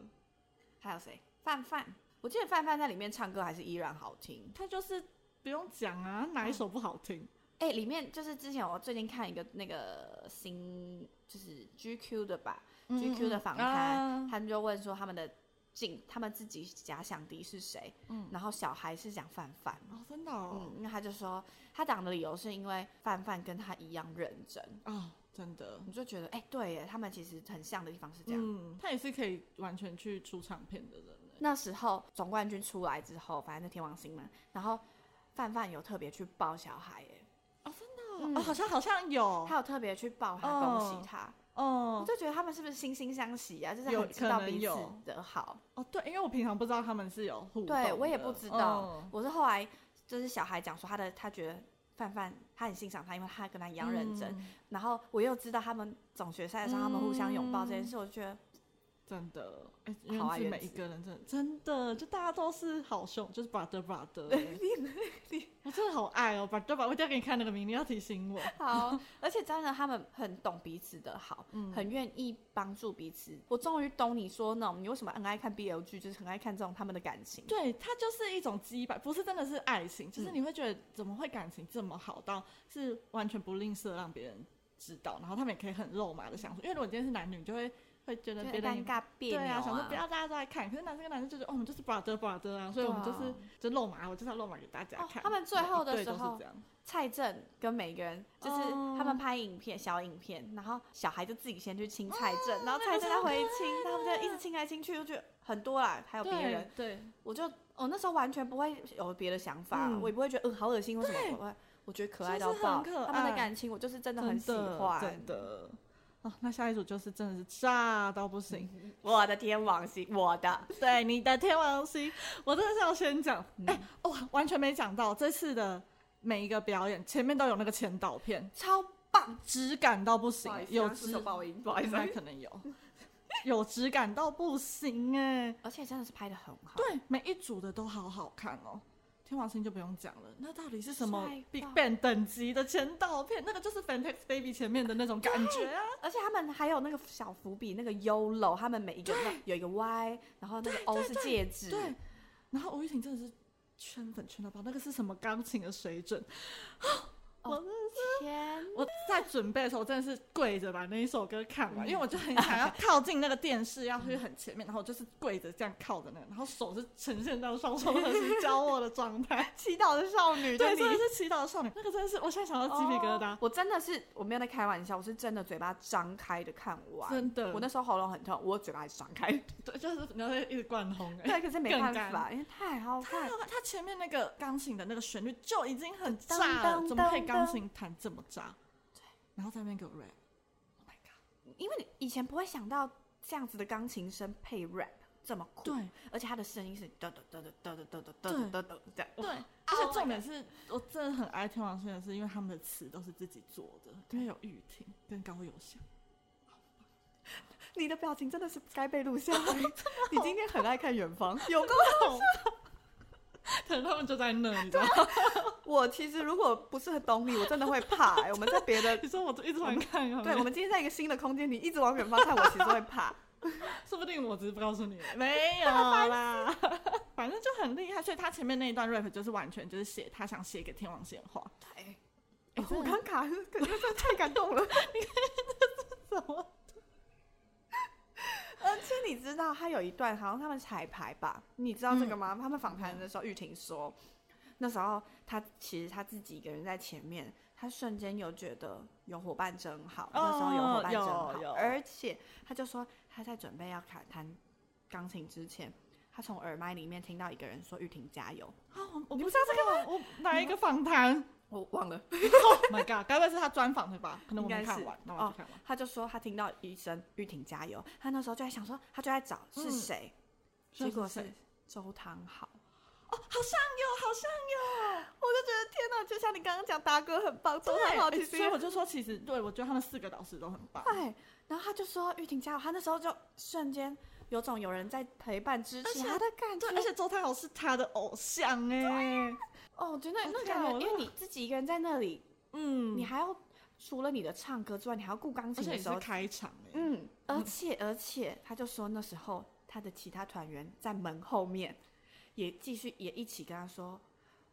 Speaker 2: 还有谁？范范，我记得范范在里面唱歌还是依然好听。
Speaker 3: 他就是不用讲啊，哪
Speaker 2: 嗯
Speaker 3: 一首不好听？
Speaker 2: 哎、里面就是之前我最近看一个那个新，就是 GQ 的吧，GQ 的访谈
Speaker 3: 啊
Speaker 2: 他们就问说他们的镜，他们自己假想敌是谁，
Speaker 3: 嗯
Speaker 2: 然后小孩是讲范范，
Speaker 3: 哦，真的哦，
Speaker 2: 嗯，因为他就说他讲的理由是因为范范跟他一样认真，
Speaker 3: 哦，真的。
Speaker 2: 你就觉得哎、对耶，他们其实很像的地方是这样。
Speaker 3: 嗯，他也是可以完全去出唱片的人欸
Speaker 2: 那时候总冠军出来之后，反正就天王星嘛，然后范范有特别去抱小孩耶，嗯
Speaker 3: 哦，好像好像有，
Speaker 2: 他有嗯特别去抱他，
Speaker 3: 哦
Speaker 2: 恭喜他，我
Speaker 3: 哦
Speaker 2: 就觉得他们是不是惺惺相惜啊？就是
Speaker 3: 有
Speaker 2: 很知道
Speaker 3: 可能
Speaker 2: 彼此
Speaker 3: 有
Speaker 2: 的好。
Speaker 3: 哦，对，因为我平常不知道他们是有互动的，
Speaker 2: 对我也不知道，
Speaker 3: 嗯
Speaker 2: 我是后来就是小孩讲说他的，他觉得范范他很欣赏他，因为他跟他一样认真。
Speaker 3: 嗯
Speaker 2: 然后我又知道他们总决赛的时候他们互相拥抱这
Speaker 3: 嗯
Speaker 2: 件事，我 就觉得
Speaker 3: 真的，哎，
Speaker 2: 好
Speaker 3: 原
Speaker 2: 啊
Speaker 3: 子
Speaker 2: 原
Speaker 3: 每一
Speaker 2: 子
Speaker 3: 个人真的真的，就大家都是好兄，就是 brother brother，哎我真的好爱哦，brother brother，我一定要给你看那个名，你要提醒我，
Speaker 2: 好，而且真的他们很懂彼此的好，
Speaker 3: 嗯
Speaker 2: 很愿意帮助彼此。我终于懂你说那种你为什么很爱看 BL 剧，就是很爱看这种他们的感情。
Speaker 3: 对，它就是一种羁绊，不是真的是爱情，就是
Speaker 2: 嗯
Speaker 3: 你会觉得怎么会感情这么好到是完全不吝啬让别人知道，然后他们也可以很肉麻的相处，因为如果你今天是男女，你就会会觉
Speaker 2: 就
Speaker 3: 得
Speaker 2: 是
Speaker 3: 别人也
Speaker 2: 尴尬别扭
Speaker 3: 对啊，想说不要大家都来看，可是男生跟男生就是哦，我们就是 brother brother 啊，所以我们就是、
Speaker 2: 对啊
Speaker 3: 就露马，我就是要露马给大家
Speaker 2: 哦
Speaker 3: 看。
Speaker 2: 他们最后的
Speaker 3: 对
Speaker 2: 时
Speaker 3: 都
Speaker 2: 候
Speaker 3: 是这样，
Speaker 2: 蔡正跟每个人就是
Speaker 3: 哦
Speaker 2: 他们拍影片、小影片，然后小孩就自己先去亲蔡正，然后蔡
Speaker 3: 哦个超
Speaker 2: 正再回
Speaker 3: 可
Speaker 2: 亲，他们就一直亲来亲去，就觉得很多啦，还有别
Speaker 3: 对
Speaker 2: 人，
Speaker 3: 对，
Speaker 2: 我就我那时候完全不会有别的想法，
Speaker 3: 嗯
Speaker 2: 我也不会觉得嗯好恶心，为什
Speaker 3: 对
Speaker 2: 么我会？我觉得可爱
Speaker 3: 就
Speaker 2: 到
Speaker 3: 是很
Speaker 2: 爆，
Speaker 3: 可
Speaker 2: 他们的
Speaker 3: 爱
Speaker 2: 感情我就是真的
Speaker 3: 真
Speaker 2: 很喜欢，
Speaker 3: 真的。哦，那下一组就是真的是炸到不行，
Speaker 2: 我的天王星，我 的
Speaker 3: 对你的天王星，我真的是要先讲，
Speaker 2: 嗯
Speaker 3: 哎、哇、完全没讲到这次的每一个表演，前面都有那个前导片，
Speaker 2: 超棒，
Speaker 3: 质感到不行
Speaker 2: 不好意，思
Speaker 3: 有
Speaker 2: 刚刚是
Speaker 3: 质
Speaker 2: 有爆音不好意思
Speaker 3: 应该可能有， 有质感到不行哎、
Speaker 2: 而且真的是拍的很好，
Speaker 3: 对，每一组的都好好看哦。天王星就不用讲了，那到底是什么
Speaker 2: 帅
Speaker 3: Big
Speaker 2: 爆
Speaker 3: Bang 等级的前导片？那个就是 Fantastic Baby 前面的那种感觉啊！
Speaker 2: 而且他们还有那个小伏笔，那个 YOLO，他们每一个有一个 Y，然后那个 O 是戒指，
Speaker 3: 对，然后吴玉婷真的是圈粉圈到爆，那个是什么钢琴的水准？哦
Speaker 2: 哦天。
Speaker 3: 我在准备的时候，我真的是跪着把那一首歌看完，因为我就很想要靠近那个电视，要去很前面，然后我就是跪着这样靠着那个，然后手是呈现到双手合十交握的状态
Speaker 2: 祈祷的少女，
Speaker 3: 对，
Speaker 2: 就
Speaker 3: 真的
Speaker 2: 你
Speaker 3: 是祈祷少女，那个真的是，我现在想到 鸡皮疙瘩
Speaker 2: 哦。我真的是我没有在开玩笑，我是真的嘴巴张开的看完，
Speaker 3: 真的
Speaker 2: 我那时候喉咙很痛，我嘴巴还是张开，
Speaker 3: 对，就是你要一直灌红哎、
Speaker 2: 对，可是没
Speaker 3: 更
Speaker 2: 办
Speaker 3: 干
Speaker 2: 法，因为太好看
Speaker 3: 然。后 他前面那个钢琴的那个旋律就已经很炸
Speaker 2: 噔
Speaker 3: 了，
Speaker 2: 噔
Speaker 3: 怎么可以
Speaker 2: 噔
Speaker 3: 钢
Speaker 2: 噔
Speaker 3: 琴弹这么炸？然后在那边给我 rap。Oh my god！
Speaker 2: 因为你以前不会想到这样子的钢琴声配 rap 这么酷，
Speaker 3: 对
Speaker 2: 而且他的声音是哒哒哒哒哒哒哒哒哒哒哒这样，
Speaker 3: 对，
Speaker 2: 哇
Speaker 3: 而且重点是哦我真的很爱天王星的是，因为他们的词都是自己做的，因为有玉婷跟高友 翔。
Speaker 2: 你的表情真的是该被录下来。你今天很爱看远方，有够。
Speaker 3: 可能他们就在那，你知道吗？
Speaker 2: 我其实如果不是很懂你，我真的会怕、欸。我们在别的，
Speaker 3: 你说我一直想看啊，
Speaker 2: 对，我们今天在一个新的空间，你一直往远方看，我其实会怕。
Speaker 3: 说不定我只是不告诉你， 没有 啦，反正就很厉害。所以他前面那一段 rap 就是完全就是写他想写给天王星的话，
Speaker 2: 对，
Speaker 3: 哎、
Speaker 1: 真
Speaker 2: 我
Speaker 1: 的
Speaker 2: 刚卡，可是这太 感 动了。
Speaker 3: 什么？
Speaker 2: 而且你知道，他有一段好像他们彩排吧？你知道这个吗？
Speaker 3: 嗯
Speaker 2: 他们访谈的时候，玉婷说，那时候他其实他自己一个人在前面，他瞬间有觉得有伙伴真好，那时候有伙伴真
Speaker 3: 哦
Speaker 2: 好
Speaker 3: 有有，
Speaker 2: 而且他就说他在准备要弹弹钢琴之前。他从耳麦里面听到一个人说：“玉婷加油
Speaker 3: 啊我我不知道这个吗？我哪一个访谈！”
Speaker 2: 我忘了，
Speaker 3: ？Oh my god！该不会是他专访的吧？可能我没
Speaker 2: 应该是
Speaker 3: 看完，那我去看完。
Speaker 2: 他就说他听到一声“玉婷加油”，他那时候就在想说，他就在找是
Speaker 3: 嗯
Speaker 2: 谁，
Speaker 3: 是
Speaker 2: 结果
Speaker 3: 谁
Speaker 2: 是周汤豪。
Speaker 3: 好像有，好像
Speaker 2: 我就觉得天哪，就像你刚刚讲，达哥很棒，周汤豪
Speaker 3: 对
Speaker 2: 其
Speaker 3: 欸所以
Speaker 2: 实
Speaker 3: 我就说，其实对我觉得他们四个老师都很棒。
Speaker 2: 对。然后他就说玉婷加油，他那时候就瞬间有种有人在陪伴支
Speaker 3: 而
Speaker 2: 持
Speaker 3: 且
Speaker 2: 他的感觉
Speaker 3: 对，。而且周汤豪是他的偶像哎、
Speaker 2: 哦，我觉得
Speaker 3: 好
Speaker 2: 那
Speaker 3: 屌
Speaker 2: 感觉，
Speaker 3: 哦
Speaker 2: 因为你自己一个人在那里，
Speaker 3: 嗯
Speaker 2: 你还要除了你的唱歌之外，你还要顾钢
Speaker 3: 而
Speaker 2: 琴
Speaker 3: 且
Speaker 2: 的
Speaker 3: 也是
Speaker 2: 时候，
Speaker 3: 开场哎、
Speaker 2: 嗯，而且而且他就说那时候他的其他团员在门后面也继续也一起跟他说，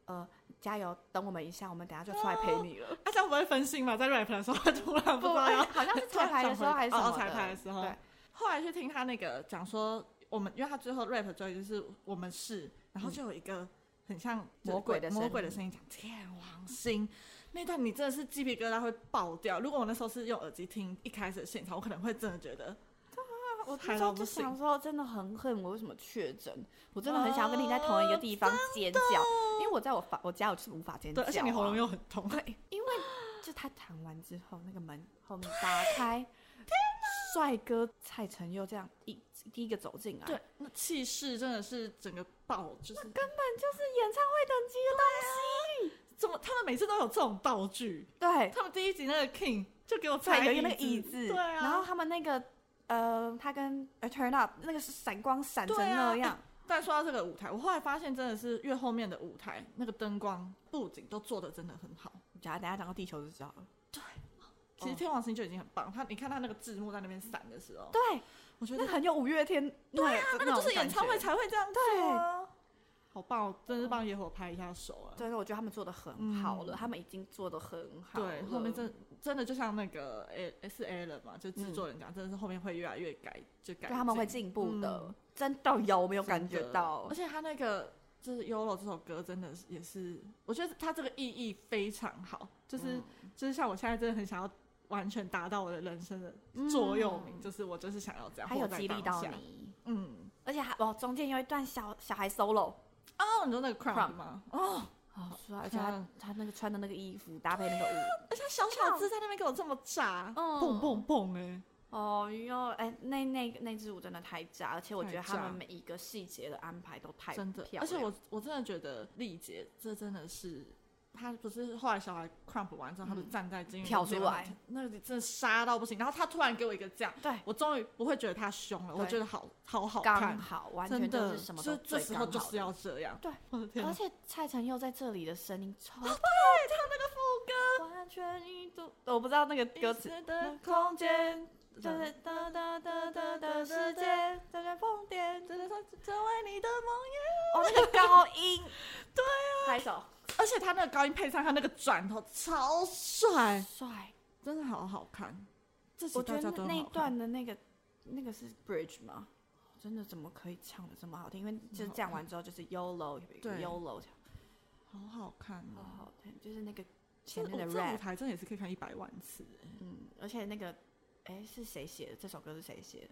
Speaker 2: 呃，加油，等我们一下，我们等下就出来陪你了。
Speaker 3: 啊他、这样不会分心嘛？在 rap 的时候，他突然不
Speaker 2: 不，
Speaker 3: 知道
Speaker 2: 哎
Speaker 3: 要
Speaker 2: 好 像是彩排的时候还是什么
Speaker 3: 哦，彩排的
Speaker 2: 时
Speaker 3: 时候。
Speaker 2: 对，
Speaker 3: 后来去听他那个讲说，我们因为他最后 rap 最后就是我们是，然后就有一个很像
Speaker 2: 嗯魔鬼的声音
Speaker 3: 魔鬼的声音讲天王星那段，你真的是鸡皮疙瘩会爆掉。如果我那时候是用耳机听一开始的现场，我可能会真的觉得
Speaker 2: 我
Speaker 3: 嗨
Speaker 2: 那时候
Speaker 3: 到
Speaker 2: 就
Speaker 3: 不行
Speaker 2: 想说，真的很恨我为什么确诊，我真的很想要跟你在同
Speaker 3: 啊
Speaker 2: 一个地方尖叫，因为我在我房我家我是无法尖叫、
Speaker 3: 对，
Speaker 2: 啊，
Speaker 3: 而且你喉咙又很痛。
Speaker 2: 对，因为就他弹完之后，那个门后面打 开，帅哥蔡成佑这样一第一个走进来，
Speaker 3: 对，那气势真的是整个爆，就是根本
Speaker 2: 就是演唱会等级
Speaker 3: 怎么他们每次都有这种道具。
Speaker 2: 的东西，对，
Speaker 3: 他们第一集那个 King 就给我
Speaker 2: 对，
Speaker 3: 踩
Speaker 2: 有一个那个椅子，
Speaker 3: 对啊，
Speaker 2: 然后他们那个呃，他跟呃 Turn Up 那个是闪光闪成
Speaker 3: 对啊
Speaker 2: 那
Speaker 3: 哎
Speaker 2: 样，
Speaker 3: 但说到这个舞台，我后来发现真的是越后面的舞台，那个灯光布景都做的真的很好。
Speaker 2: 我觉得等一下讲到地球就知道了。
Speaker 3: 其实
Speaker 2: 哦
Speaker 3: 天王星就已经很棒，他你看他那个字幕在那边闪的时候，
Speaker 2: 对，
Speaker 3: 我觉
Speaker 2: 那
Speaker 3: 得
Speaker 2: 很有五月天，对啊，
Speaker 3: 哦那个就是演唱会才会这样做啊，好棒！我真的是
Speaker 2: 嗯
Speaker 3: 帮野火拍一下手啊。
Speaker 2: 对，我觉得他们做的很好了，
Speaker 3: 嗯
Speaker 2: 他们已经做的很好了。
Speaker 3: 对，后面真真的就像那个 A 是 A 了嘛，就制作人讲，真的是后面会越来越改，就改
Speaker 2: 对他们会进步的，真的有我没有感觉到
Speaker 3: 嗯而？且他那个就是 Yolo 这首歌，真的是也是，我觉得他这个意义非常好，就是、
Speaker 2: 嗯
Speaker 3: 就是像我现在真的很想要完全达到我的人生的座右铭，
Speaker 2: 嗯
Speaker 3: 就是我就是想要这样，
Speaker 2: 还有
Speaker 3: 活在
Speaker 2: 激励
Speaker 3: 当
Speaker 2: 到
Speaker 3: 下，
Speaker 2: 你，
Speaker 3: 嗯，
Speaker 2: 而且还哦，中间有一段小小孩 solo，
Speaker 3: 哦，你说那个
Speaker 2: Crumb
Speaker 3: crumb 吗？哦，
Speaker 2: 好帅，而且他他那个穿的那个衣服搭配那 个舞，
Speaker 3: 而且他小小只在那边给我这么炸，
Speaker 2: 嗯
Speaker 3: 蹦蹦蹦哎，
Speaker 2: 哦哟，哎，那那那支舞真的太炸，而且我觉得
Speaker 3: 太炸
Speaker 2: 他们每一个细节的安排都太
Speaker 3: 真的
Speaker 2: 漂，亮，
Speaker 3: 而且我我真的觉得丽姐这真的是。她不是后来小孩 crump 完之后，她不是站在金鱼
Speaker 2: 嗯跳出
Speaker 3: 那边
Speaker 2: 来，
Speaker 3: 那个真的杀到不行。然后她突然给我一个这样，
Speaker 2: 对
Speaker 3: 我终于不会觉得他凶了，
Speaker 2: 对
Speaker 3: 我觉得好好好
Speaker 2: 刚
Speaker 3: 看，
Speaker 2: 好，完全
Speaker 3: 真
Speaker 2: 就
Speaker 3: 的，
Speaker 2: 是什么
Speaker 3: 就
Speaker 2: 都
Speaker 3: 这
Speaker 2: 最
Speaker 3: 时
Speaker 2: 刚
Speaker 3: 候
Speaker 2: 好
Speaker 3: 就是
Speaker 2: 的
Speaker 3: 要这样。
Speaker 2: 对，
Speaker 3: 我的天哪
Speaker 2: 而，且蔡成佑在这里的声音超完全一度，我不知道那个歌词。
Speaker 3: 的空间，
Speaker 2: 就是哒哒哒哒哒世界，在旋疯癫，
Speaker 3: 真的，成为你的梦魇。
Speaker 2: 哦，那个高音，
Speaker 3: 对
Speaker 2: 啊，拍手，
Speaker 3: 而且他那个高音配上他那个转头，超帅，
Speaker 2: 帅。
Speaker 3: 真的好好看。这集
Speaker 2: 我觉
Speaker 3: 大家
Speaker 2: 得
Speaker 3: 都
Speaker 2: 那那一
Speaker 3: 很好看
Speaker 2: 段的那个那个是 bridge 吗？真的怎么可以唱的这么好听？因为就是讲完之后就是 YOLO，
Speaker 3: 对
Speaker 2: YOLO，
Speaker 3: 好好看
Speaker 2: 好
Speaker 3: 哦。
Speaker 2: 好听，就是那个
Speaker 3: 这
Speaker 2: 前
Speaker 3: 个
Speaker 2: 面
Speaker 3: 舞
Speaker 2: 的
Speaker 3: 这个舞
Speaker 2: rap，
Speaker 3: 台真的也是可以看一百万次欸，
Speaker 2: 嗯，而且那个哎是谁写的？这首歌是谁写的？